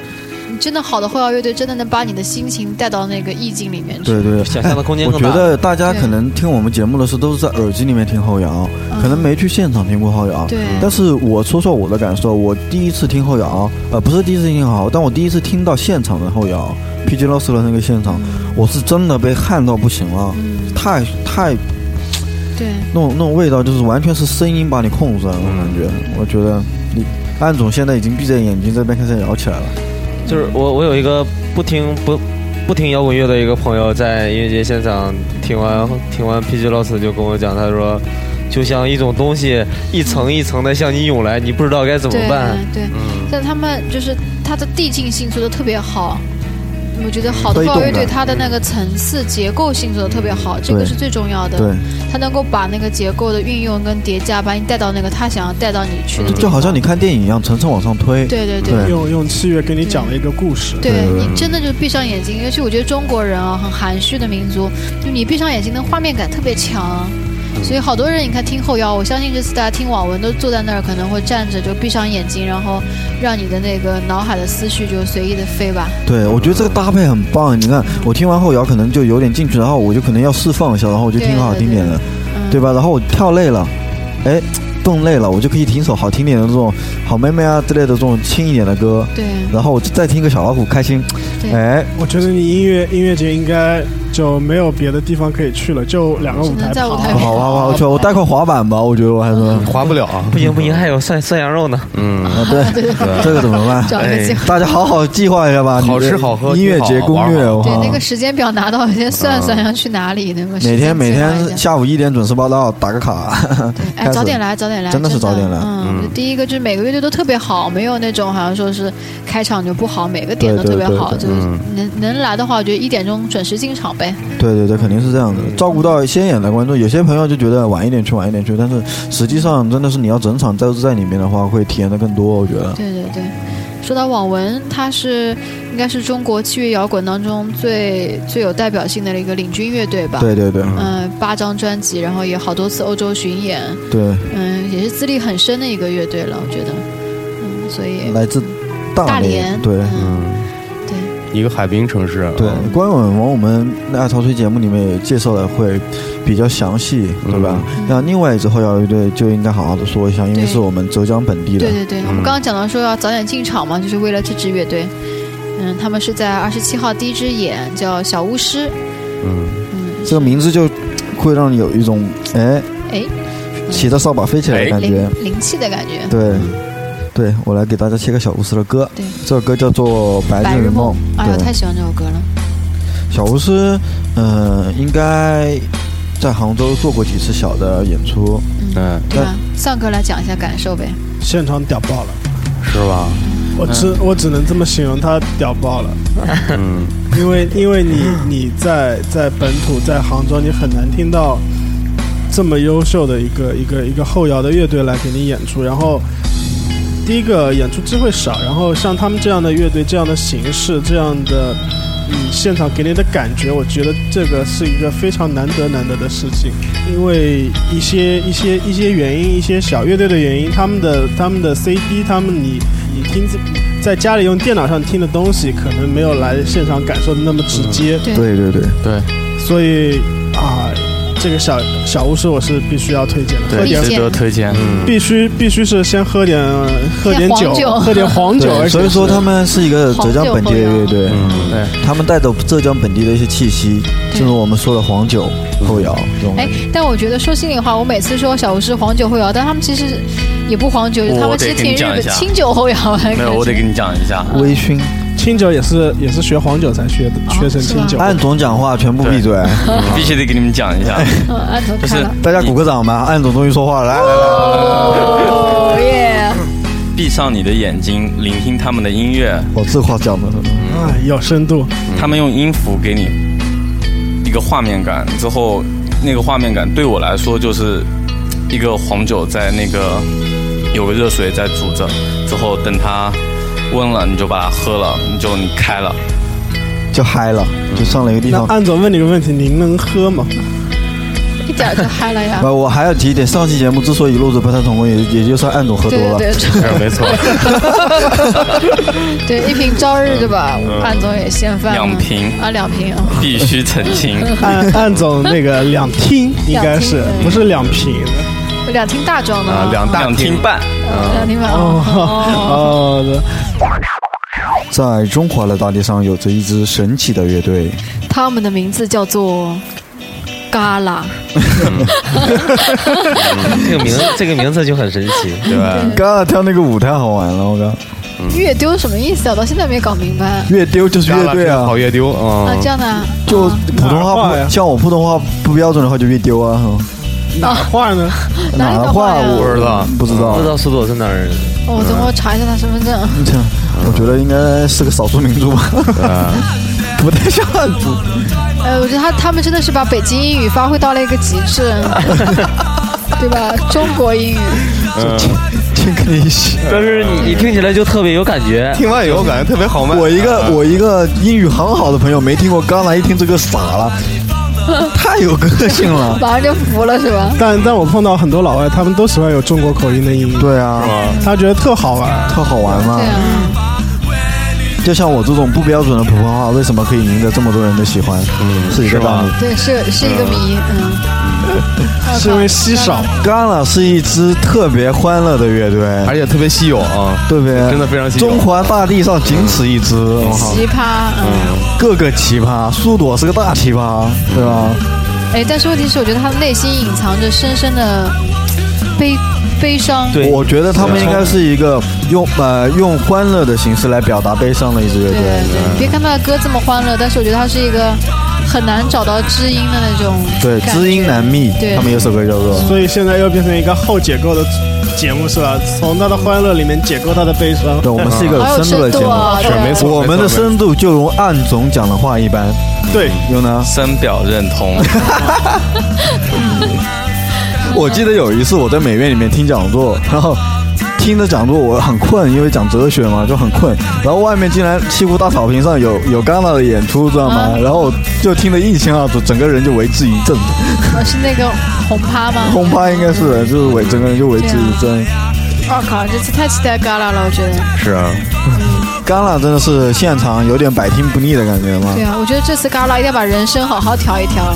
真的好的后摇乐队真的能把你的心情带到那个意境里面去。
对对，
想象的空间
哎我
更
觉
大
得大家可能听我们节目的时候都是在耳机里面听后摇，
嗯
可能没去现场听过后摇。
对
但是我说说我的感受，我第一次听后摇，呃，不是第一次听后摇，但我第一次听到现场的后摇，PG Lost 的那个现场，
嗯
我是真的被汗到不行了，太太
对，
那种那种味道，就是完全是声音把你控制了，我感觉。我觉得你安总现在已经闭着眼睛在那边开始摇起来了。
就是我我有一个不听不不听摇滚乐的一个朋友，在音乐节现场听完听完 PG Lost 就跟我讲，他说就像一种东西一层一层的向你涌来，你不知道该怎么
对
办。
对，
嗯
但他们就是他的递进性做的特别好，我觉得好的
推
报
动
乐
感
队
嗯
它的那个层次结构性做的特别好，这个
对
是最重要的。
对，
它能够把那个结构的运用跟叠加，把你带到那个他想要带到你去的地方。
就好像你看电影一样，层层往上推。
对对对
对，
用用器乐给你讲了一个故事。
对
嗯
你真的就是闭上眼睛，尤其我觉得中国人啊，很含蓄的民族，就你闭上眼睛的画面感特别强。
嗯
所以好多人，你看听后摇，我相信这次大家听网文都坐在那儿，可能会站着就闭上眼睛，然后让你的那个脑海的思绪就随意的飞吧。
对，我觉得这个搭配很棒。你看，我听完后摇可能就有点进去，然后我就可能要释放一下，然后我就听个好听点的，对吧？然后我跳累了，哎，动累了，我就可以听首好听点的这种好妹妹啊之类的这种轻一点的歌。
对
然后我再听个小老虎开心，哎，
我觉得你音乐音乐节应该就没有别的地方可以去了，就两个舞台
在
跑。
舞台
哦好玩玩，我去，我带块滑板吧，我觉得我还是
滑不了，啊
不行不行，还有涮涮羊肉呢。
嗯，
啊，对，这个怎么办
找个计划？
大家好好计划一下吧。
好吃
你的
好喝
音乐
听好
节攻略，
玩好
我
对
靠
那个时间表拿到，先算算要去哪里，那个时
每
间
天啊每
计划一下
天下午一点准时报到，打个卡。
哎，
开
早
始
点来，早点来，
真的是早点来
嗯，就第一个就是每个乐队都特别好，没有那种好像说是开场就不好，每个点都
对
特
对
别好，
对
就
对嗯
是能能来的话，我觉得一点钟准时进场呗。
对对对，肯定是这样
嗯
的，照顾到先眼的观众。有些朋友就觉得晚一点去，晚一点去，但是实际上真的是你要整场都在里面的话，会体验的更多。我觉得，
对对对，说到网文，它是应该是中国器乐摇滚当中最最有代表性的一个领军乐队吧？
对对对
嗯，八张专辑，然后也好多次欧洲巡演，
对，
嗯，也是资历很深的一个乐队了，我觉得，嗯，所以
来自
大
大
连嗯
对，
嗯一个海滨城市，啊
对，关文往我们那爱潮吹节目里面也介绍了，会比较详细，对吧？
嗯
那另外一支后摇乐队就应该好好的说一下，因为
对
是我们浙江本地的。
对对对，我们刚刚讲到说要早点进场嘛，就是为了这支乐队。嗯，他们是在二十七号第一支演，叫小巫师。
这个名字就会让你有一种哎，
哎，
骑着扫把飞起来的感觉。
灵灵气的感觉。
对，对我来给大家切个小巫师的歌，
对
这首歌叫做《白
白
日
日梦
梦》。，
哎呀，
对
太喜欢这首歌了。
小巫师，嗯，应该在杭州做过几次小的演出，
嗯，
对吧？上哥来讲一下感受呗。
现场屌爆了，
是吧？
我只我只能这么形容，他屌爆了。
嗯，
因为因为你你在在本土在杭州，你很难听到这么优秀的一个一个一个后摇的乐队来给你演出。然后第一个演出机会少，然后像他们这样的乐队、这样的形式、这样的嗯现场给你的感觉，我觉得这个是一个非常难得难得的事情。因为一些一些一些原因，一些小乐队的原因，他们的他们的 CD，他们你你听自在家里用电脑上听的东西，可能没有来现场感受的那么直接。
对
对对对
对，
嗯
所以啊，这个小小巫师我是必须要推荐的，喝
对，
点
值得推荐。
嗯
必须必须是先喝点喝点
先
酒，
黄酒
喝点黄酒，而
对，
且
所以说他们是一个浙江本地的乐队，
嗯，对，
他们带走浙江本地的一些气息，正如我们说的黄酒、后摇这种。
哎，但我觉得说心里话，我每次说小巫师黄酒后摇，但他们其实也不黄酒，
我
他们其实
得跟
挺
你
日
讲
本
一下
清酒后摇啊。
没有，我得给你讲一 下。
微醺，
清酒也是也是学黄酒才学的，
哦
学成清酒。
按总讲话，全部闭嘴。
嗯
我必须得给你们讲一 下，
嗯，按头
就
看
是
了。
大家鼓个掌吧，按总终于说话了，来来来。
哦耶！
闭上你的眼睛，聆听他们的音乐，
我这话讲的，
啊，有深度，
嗯
他们用音符给你一个画面感，之后那个画面感对我来说就是一个黄酒在那个有个热水在煮着，之后等它温了，你就把它喝了，你就你开了。
就嗨了，就上了一个地
那
方。
安总问你个问题，您能喝吗？
一点儿就嗨了呀
啊，！我还要提一点，上期节目之所以录制不太成功，也也就是按总喝多
对
了。
对对，
是没错，
对，一瓶朝日对吧？安总也掀翻了。
两瓶
啊，两瓶啊。
必须澄 清，
按按总那个两听应该是
两听对
不是两瓶？
两听大壮的吗？
啊两大
啊两听半。
哦两听吧。哦，
哦，
在中华的大地上有着一支神奇的乐队，
他们的名字叫做嘎啦，
这个名这个名字就很神奇，对吧？
刚刚跳那个舞太好玩了，我靠！
乐丢什么意思啊？我到现在没搞明白。
乐丢就是乐队啊，
好乐丢，
啊，
嗯
这，样的啊，
就普通话
哪儿话呀
不像我普通话不标准的话就乐丢啊。
哪儿画呢？
哪里的画呀？
不知道，
不知道，
不知道苏朵是哪儿人。
哦我等我查一下他身份证。
我觉得应该是个少数民族吧， 不太像汉族。
哎，我觉得他他们真的是把北京英语发挥到了一个极致， 对吧？中国英语，
听跟你一起，
但是你你听起来就特别有感觉。
听完以后感觉特别好卖。
我一个我一个英语很好的朋友没听过，刚来一听这个傻 了，太有个性了。
马上就服了是吧？
但但我碰到很多老外，他们都喜欢有中国口音的英语，
对啊，
他觉得特好玩。
特好玩嘛
对。啊，
就像我这种不标准的普通话，为什么可以赢得这么多人的喜欢？嗯，是一个道理。
对，是是一个谜，嗯。
是因为稀少，
干了是一支特别欢乐的乐队，
而且特别稀有啊，
对不对？
哎真的非常稀有
中华大地上仅此一支，哦我靠
奇葩，嗯。
各个奇葩，苏朵是个大奇葩，对吧？
哎，但是问题是，我觉得他内心隐藏着深深的悲悲伤。
对
我觉得他们应该是一个用呃用欢乐的形式来表达悲伤的一支乐
对
队。
对，别看他的歌这么欢乐，但是我觉得他是一个很难找到知音的那种。
对，知音难。觅
对，
他们有首歌叫做
所以现在又变成一个后解构的节目是吧？从他的欢乐里面解构他的悲伤
“对，。我们是一个
好
有
有
深度的
深
节
度啊！
目，
对啊
没错
我们的深度就如暗总讲的话一般。
对，
有呢，
深表认 同。
我记得有一次我在美院里面听讲座，然后。听着讲座我很困，因为讲哲学嘛就很困。然后外面竟然西湖大草坪上有有戛纳的演出，知道吗？
嗯
然后就听得一清二楚，整个人就为之一振。
哦是那个红趴 吗？
轰趴应该是的，就是为整个人就为之一振。
我靠，这次太期待 Gala 了，我觉得。
是啊，戛纳真的是现场有点百听不腻的感觉嘛
对。啊，我觉得这次 Gala 一定要把人声好好调一调，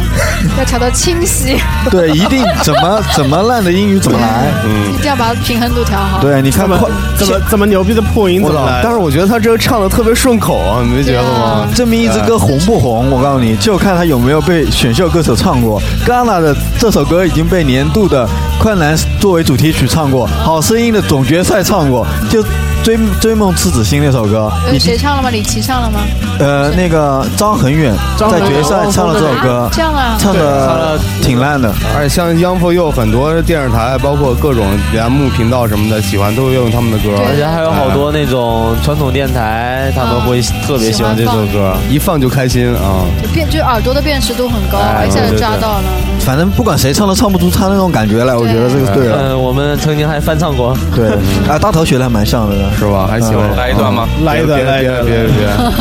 要调到清晰，
对，一定怎么怎么烂的英语怎么来。
一定要把平衡度调好。
对，你
这
看
么
快，
这么这么牛逼的破音
我
怎么
操！
来
但
的？
是我觉得他这个唱的特别顺口啊，你没觉得吗？
证明一支歌红不红，我告诉你，就看它有没有被选秀歌手唱过。戛纳的这首歌已经被年度的快男作为主题曲唱过，《好声音》的总决赛唱过，就追追梦赤子心那首歌，
有
已经
呃谁唱了吗？李琦唱了吗？
呃那个张恒远
张
在
恒
决
远
赛唱了这首歌
啊，这样啊，
唱的挺烂的。
而且像 Young for You 很多电视台，包括各种栏目频道什么的，喜欢都会用他们的歌，
对
而
而
且
且还有好多那种传统电台，他们
啊
会特别喜欢这首歌。
一放就开心啊。
辨就耳朵的辨识度很高，
哎
一下就
对对
抓
对
到了。嗯
反正不管谁唱都唱不出他那种感觉来，我觉得这个对了。
嗯，我们曾经还翻唱过。
对，啊，大头学的还蛮像的呢，
是吧？还行，
来一段吗？
来一
别
段，来一
别
段，
别别别啊！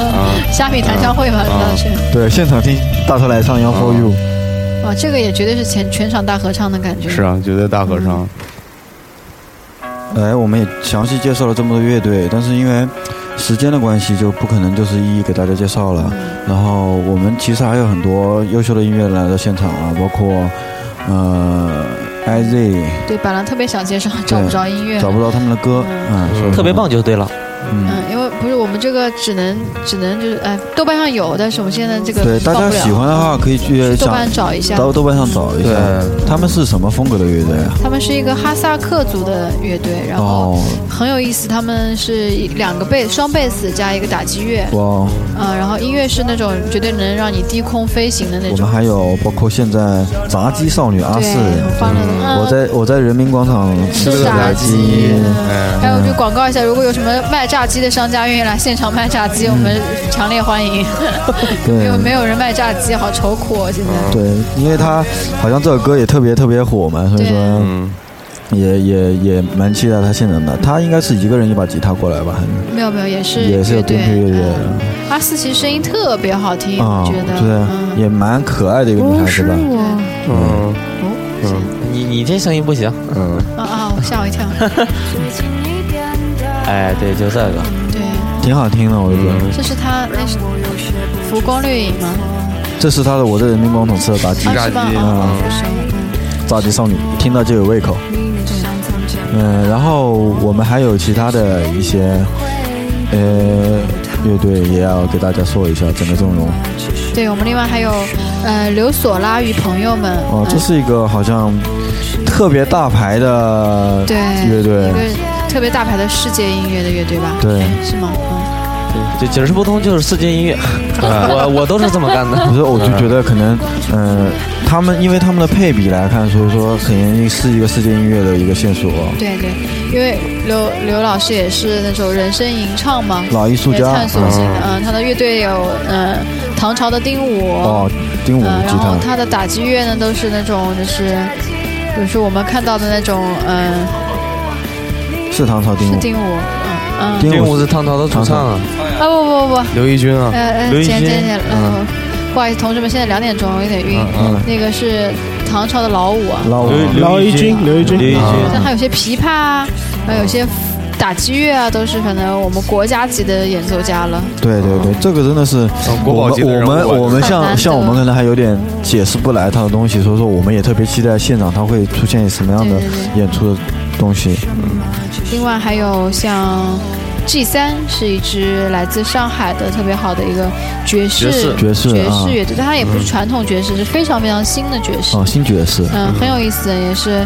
虾米弹唱会嘛，当时
对，现场听大头来唱《Young for You》，
哇，啊这个也绝对是全全场大合唱的感觉。
是啊，绝对大合唱。
哎，我们也详细介绍了这么多乐队，但是因为时间的关系，就不可能就是一一给大家介绍了。然后我们其实还有很多优秀的音乐人来到现场啊，包括呃 IZ，
对，本来特别想介绍，找不着音乐，
找不到他们的歌，嗯，所以
特别棒就对了，
嗯，
嗯，因为不是我们这个只能只能就是哎，豆瓣上有，但是我们现在这个
对，大
放
家
不了
喜欢的话可以去
去豆
想
瓣找一下。
到豆瓣上找一下，他们是什么风格的乐队啊？
他们是一个哈萨克族的乐队，然后
哦，
很有意思，他们是两个贝双贝斯加一个打击乐，
哇。
嗯，然后音乐是那种绝对能让你低空飞行的那
我们
种。
还有包括现在炸鸡少女阿
对，
四，
很欢乐的。嗯
我在我在人民广场吃了个炸鸡，
哎
还有就广告一下，如果有什么卖炸鸡的商家愿意来现场卖炸鸡，我们强烈欢迎。没有没
对
有人卖炸鸡，好愁苦哦，现在。
对，因为他好像这首歌也特别特别火嘛，所以
对
说
嗯
也也也蛮期待他现场的。他应该是一个人一把吉他过来吧，
没有没有，也是
也是有
乐
独
队。
立乐队
嗯阿四其实声音特别好听，
的啊
我觉，得。嗯
对，也蛮可爱的一个女孩子吧。
嗯
你你这声音不行。
嗯，
啊啊！我吓我一跳。
哎，对，就这个。
对，
挺好听的，我觉得。
这是他那是《浮光掠影》吗？
这是他的《我在人民广场吃的炸鸡
啊，是吧？啊，不熟
炸鸡少女，听到就有胃口。嗯，然后我们还有其他的一些呃乐队也要给大家说一下整个阵容。
对我们另外还有呃刘索拉与朋友们。
哦，这
嗯
是一个好像特别大牌的
对
乐
一
队，
个特别大牌的世界音乐的乐队吧？
对
是吗？嗯
就解释不通就是世界音乐， 我我都是这么干的。
不是，我就觉得可能，嗯、他们因为他们的配比来看，所以说肯定是一个世界音乐的一个线索。
对对，因为刘刘老师也是那种人声吟唱嘛，
老艺术家
也探索型的，
嗯
嗯，他的乐队有嗯唐朝的丁武，
哦，丁武
嗯，
吉
然后
他，
他的打击乐呢都是那种就是，比如说我们看到的那种嗯
是唐朝丁
是
武，
丁武，嗯嗯，
丁
武是唐朝的主唱啊，
啊不不不不，
刘
奕君
呃呃，
刘奕
简
君
简简，
嗯
呃，不好意思，同志们，现在两点钟，有点晕
嗯嗯。
那个是唐朝的老舞啊，
老
老一军，刘一军，啊
刘一军
嗯
像还有些琵琶啊，还有些打击乐啊，都是反正我们国家级的演奏家了。
对对对，这个真的是
嗯国
我
宝级的
们
人物
我们
啊
我们
很难
像
得
像我们可能还有点解释不来他的东西，所以说我们也特别期待现场他会出现什么样的
对对
演出的东西。
另外还有像 G 三是一支来自上海的特别好的一个爵士
爵士
爵士
爵
啊
士乐队，但它也不是传统爵士，是非常非常新的爵士。
哦，新爵士，
嗯，很有意思，也是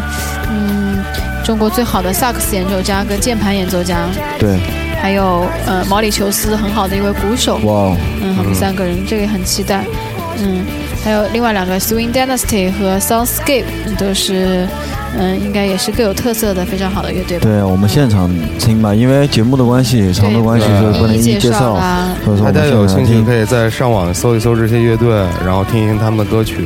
嗯中国最好的萨克斯演奏家跟键盘演奏家，
对，
还有呃毛里求斯很好的一位鼓手，
哇哦，
嗯，我们三个人这个也很期待，嗯，还有另外两个 Swing Dynasty 和 Soundscape 嗯都是嗯应该也是各有特色的非常好的乐队吧。
对我们现场听吧，因为节目的关系、长度关系，
对
所以不能
一
一
一
一
介
介
绍
绍。
啦，
所以说我
大
们
家有
现
兴
场
趣
听，
可以在上网搜一搜这些乐队，然后听一听他们的歌曲。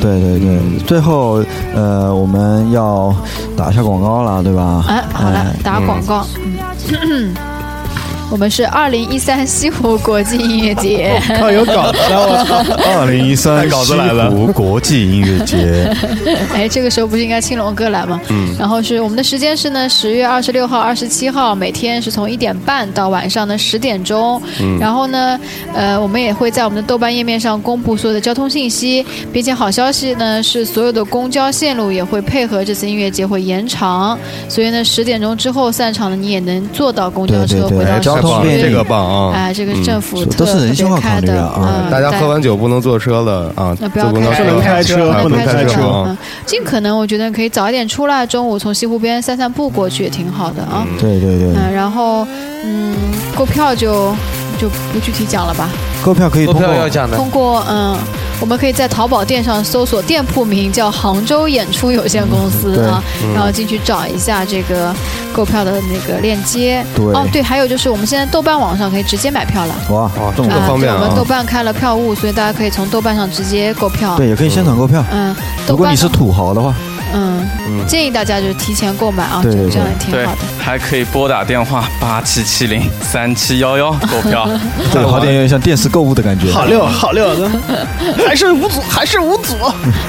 对对对。最后，呃，我们要打一下广告了，对吧？
啊，好了
哎，
打广告。嗯，我们是二零一三西湖国际音乐节，
哦
靠有稿子啊，我操！
二零一三
稿子
西
来了
湖国际音乐节，
哎，这个时候不是应该青龙哥来吗？嗯。然后是我们的时间是呢，十月二十六号、二十七号，每天是从一点半到晚上的十点钟。嗯。然后呢，呃，我们也会在我们的豆瓣页面上公布所有的交通信息，并且好消息呢是所有的公交线路也会配合这次音乐节会延长，所以呢，十点钟之后散场呢，你也能坐到公交
对对
车
对
回到
哎交
市
太
通
棒
区
了，
便利
这个棒啊！
哎，这个是政府
嗯是
特
都是人性化
别开
考虑
的
啊啊
嗯
大家喝完酒不能坐车了啊
那，不要
坐公交
开车
车
不能开车
啊
不
不
能
能
开
开
车
车
啊
嗯，尽可能我觉得可以早一点出来，中午从西湖边散散步过去也挺好的啊。
对对对，
嗯，然后嗯，购票就就不具体讲了吧。
购票可以
购
通过
票要讲的，
通过嗯，我们可以在淘宝店上搜索店铺名叫杭州演出有限公司
嗯对
啊，然后进去找一下这个购票的那个链接。
对
哦，对，还有就是我们现在豆瓣网上可以直接买票了。
哇，
哇
这么多
哦这个
啊，
方
对
便
我们豆
啊，
瓣开了票务，所以大家可以从豆瓣上直接购票。
对，也可以现场购票。
嗯，
如
豆
果
瓣
你是
上
土豪的话，
嗯，建议大家就是提前购买啊，
对对
就这样
对
也挺
对
好的。，
还可以拨打电话八七七零三七幺幺购票。
对，好点有点像电视购物的感觉。
好六好六的，还是五组，还是五组。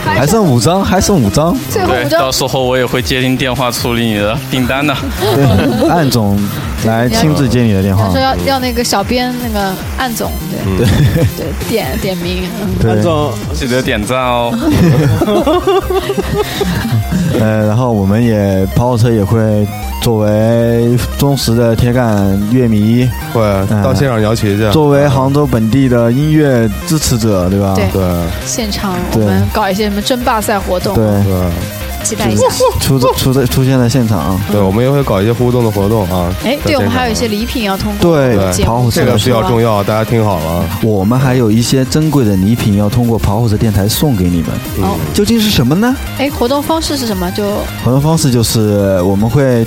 还剩五张，还剩五张。
最后
对
五，张
到，时候我也会接听电话处理你的订单的。
对，暗总来亲自接你的电话
他。说要要那个小编那个暗总，对
嗯
对 对，点点名，嗯
对
安，总，
记得点赞哦。
呃，然后我们也跑火车也会作为忠实的铁杆乐迷，
会
嗯
到现场摇旗去。
作为杭州本地的音乐支持者，对吧？
对
对
现场我
对
们搞一些什么争霸赛活动，
对，
对
期待一下。
出出在出现在现场。
对，
嗯
我们也会搞一些互动的活动啊。
哎，
在
对我们
现
还有一
场
些礼品要通过
对
节，目
跑火车
这个比较重
嗯
要，大家听好了啊。
我们还有一些珍贵的礼品要通过跑火车电台送给你们，
哦，
究竟是什么呢？
哎，活动方式是什么？就
活动方式就是我们会，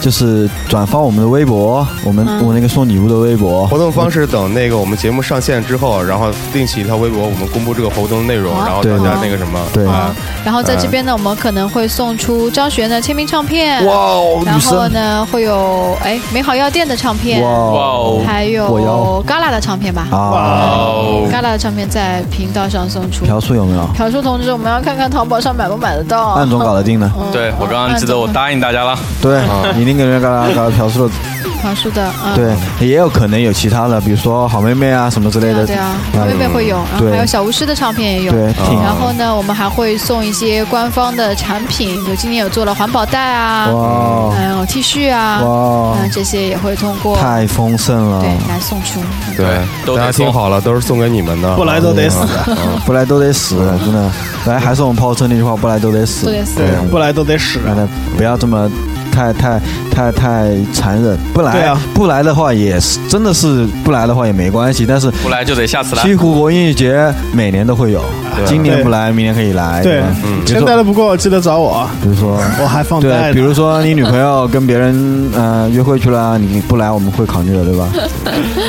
就是转发我们的微博，我们、
嗯
我那个送礼物的微博，
活动方式等那个我们节目上线之后，然后另起一条微博，我们公布这个活动内容，
好
然后
对
大家那个什么，
对
啊，然后在这边呢，我们可能会送出张悬的签名唱片，
哇哦，
然
女
后
生，
呢会有哎美好药店的唱片，
哇
哇
哦
哦！
还
我要
有 Gala 的唱片吧。
啊，
哇哦！
Gala 的唱片在频道上送出。
朴素有没有？
朴树同志，我们要看看淘宝上买不买得到。
暗总搞得定的，
嗯
对我刚刚记得我答应大家了，
对，一定给人家搞得搞得朴素的，
朴树的，哦嗯，
对，也有可能有其他的，比如说好妹妹啊什么之类
对啊
的，哎
对啊，小妹妹会有，然后
对
还有小巫师的唱片也有。
对，挺
然后呢，我们还会送一些官方的产品，就今年有做了环保袋啊，
哇
还有 T 恤啊，
哇，
嗯，这些也会通过
太丰盛了
对，来送出。
对
都得
大家听好了，都是送给你们的，
不来都得死，
不来都得死，
嗯
真的，来还是我们泡车那句话，不来都得死
都，得死
对
不来都得使。
大家不要这么。太太太太残忍。不
对
来、
啊
不来的话也是真的是不来的话也没关系，但是
不来就得下次来。
西湖国音乐节每年都会有，
对
今年不来，明年可以来。
哎对嗯
吧，比如
钱
说
带的不够，记得找我啊。
比如说，
我还放贷
对，
呢
比如说你女朋友跟别人呃约会去了，你不来我们会考虑的，对 吧？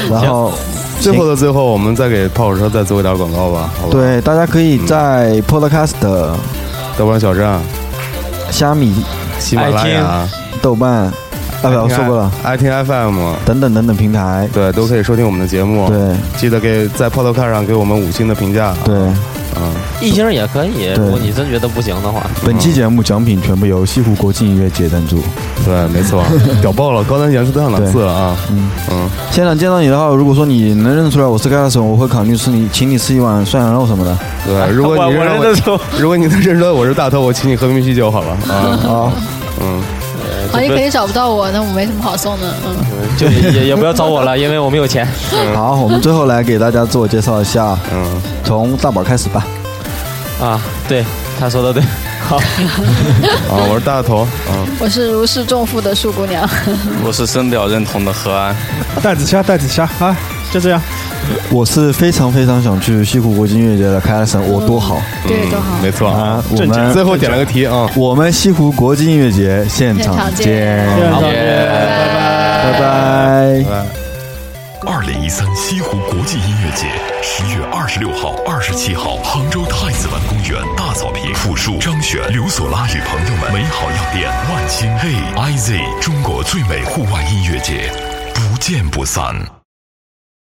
然后
最后的最后，我们再给泡泡车再做一点广告吧，好吧？
对，大家可以在 Podcast、
豆瓣小站、
虾米、
喜马拉雅、
豆瓣，啊，不，我说过了，
爱听 FM
等等等等平台，
对，都可以收听我们的节目。
对，
记得给在 Podcast 上给我们五星的评价。
对，
嗯，
一星也可以，如果
对
你真觉得不行的话。
本期节目奖品全部由西湖国际音乐节赞助。
对，没 错，屌爆了，高端严肃上两次了啊。
嗯
嗯，
现场见到你的话，如果说你能认出来我是 g a 我会考虑吃你，请你吃一碗涮羊肉什么的。
对，如果你 认
我
为 如果你能认出来我是大头，我请你喝瓶啤酒好了啊。
好，
嗯，
啊，你肯定找不到我，那我没什么好送的。嗯，
就也也不要找我了，因为我没有钱。
好，我们最后来给大家自我介绍一下，
嗯，
从大宝开始吧。
啊，对，他说的对。好，
啊，我是大头，嗯，
我是如释重负的树姑娘。
我是深表认同的何安，
带子虾，带子虾，哎，就这样。
我是非常非常想去西湖国际音乐节的 g a 我多好。
对，都好。
没错
啊，我
正经
们
最后点了个题啊。
我们西湖国际音乐节现场
现场
见，
好拜拜。
拜拜。
二零一三西湖国际音乐节，十月二十六号、二十七号，杭州太子湾公园大草坪，复述张悬、刘索拉与朋友们美好药店万兴 A I Z 中国最美户外音乐节，不见不散。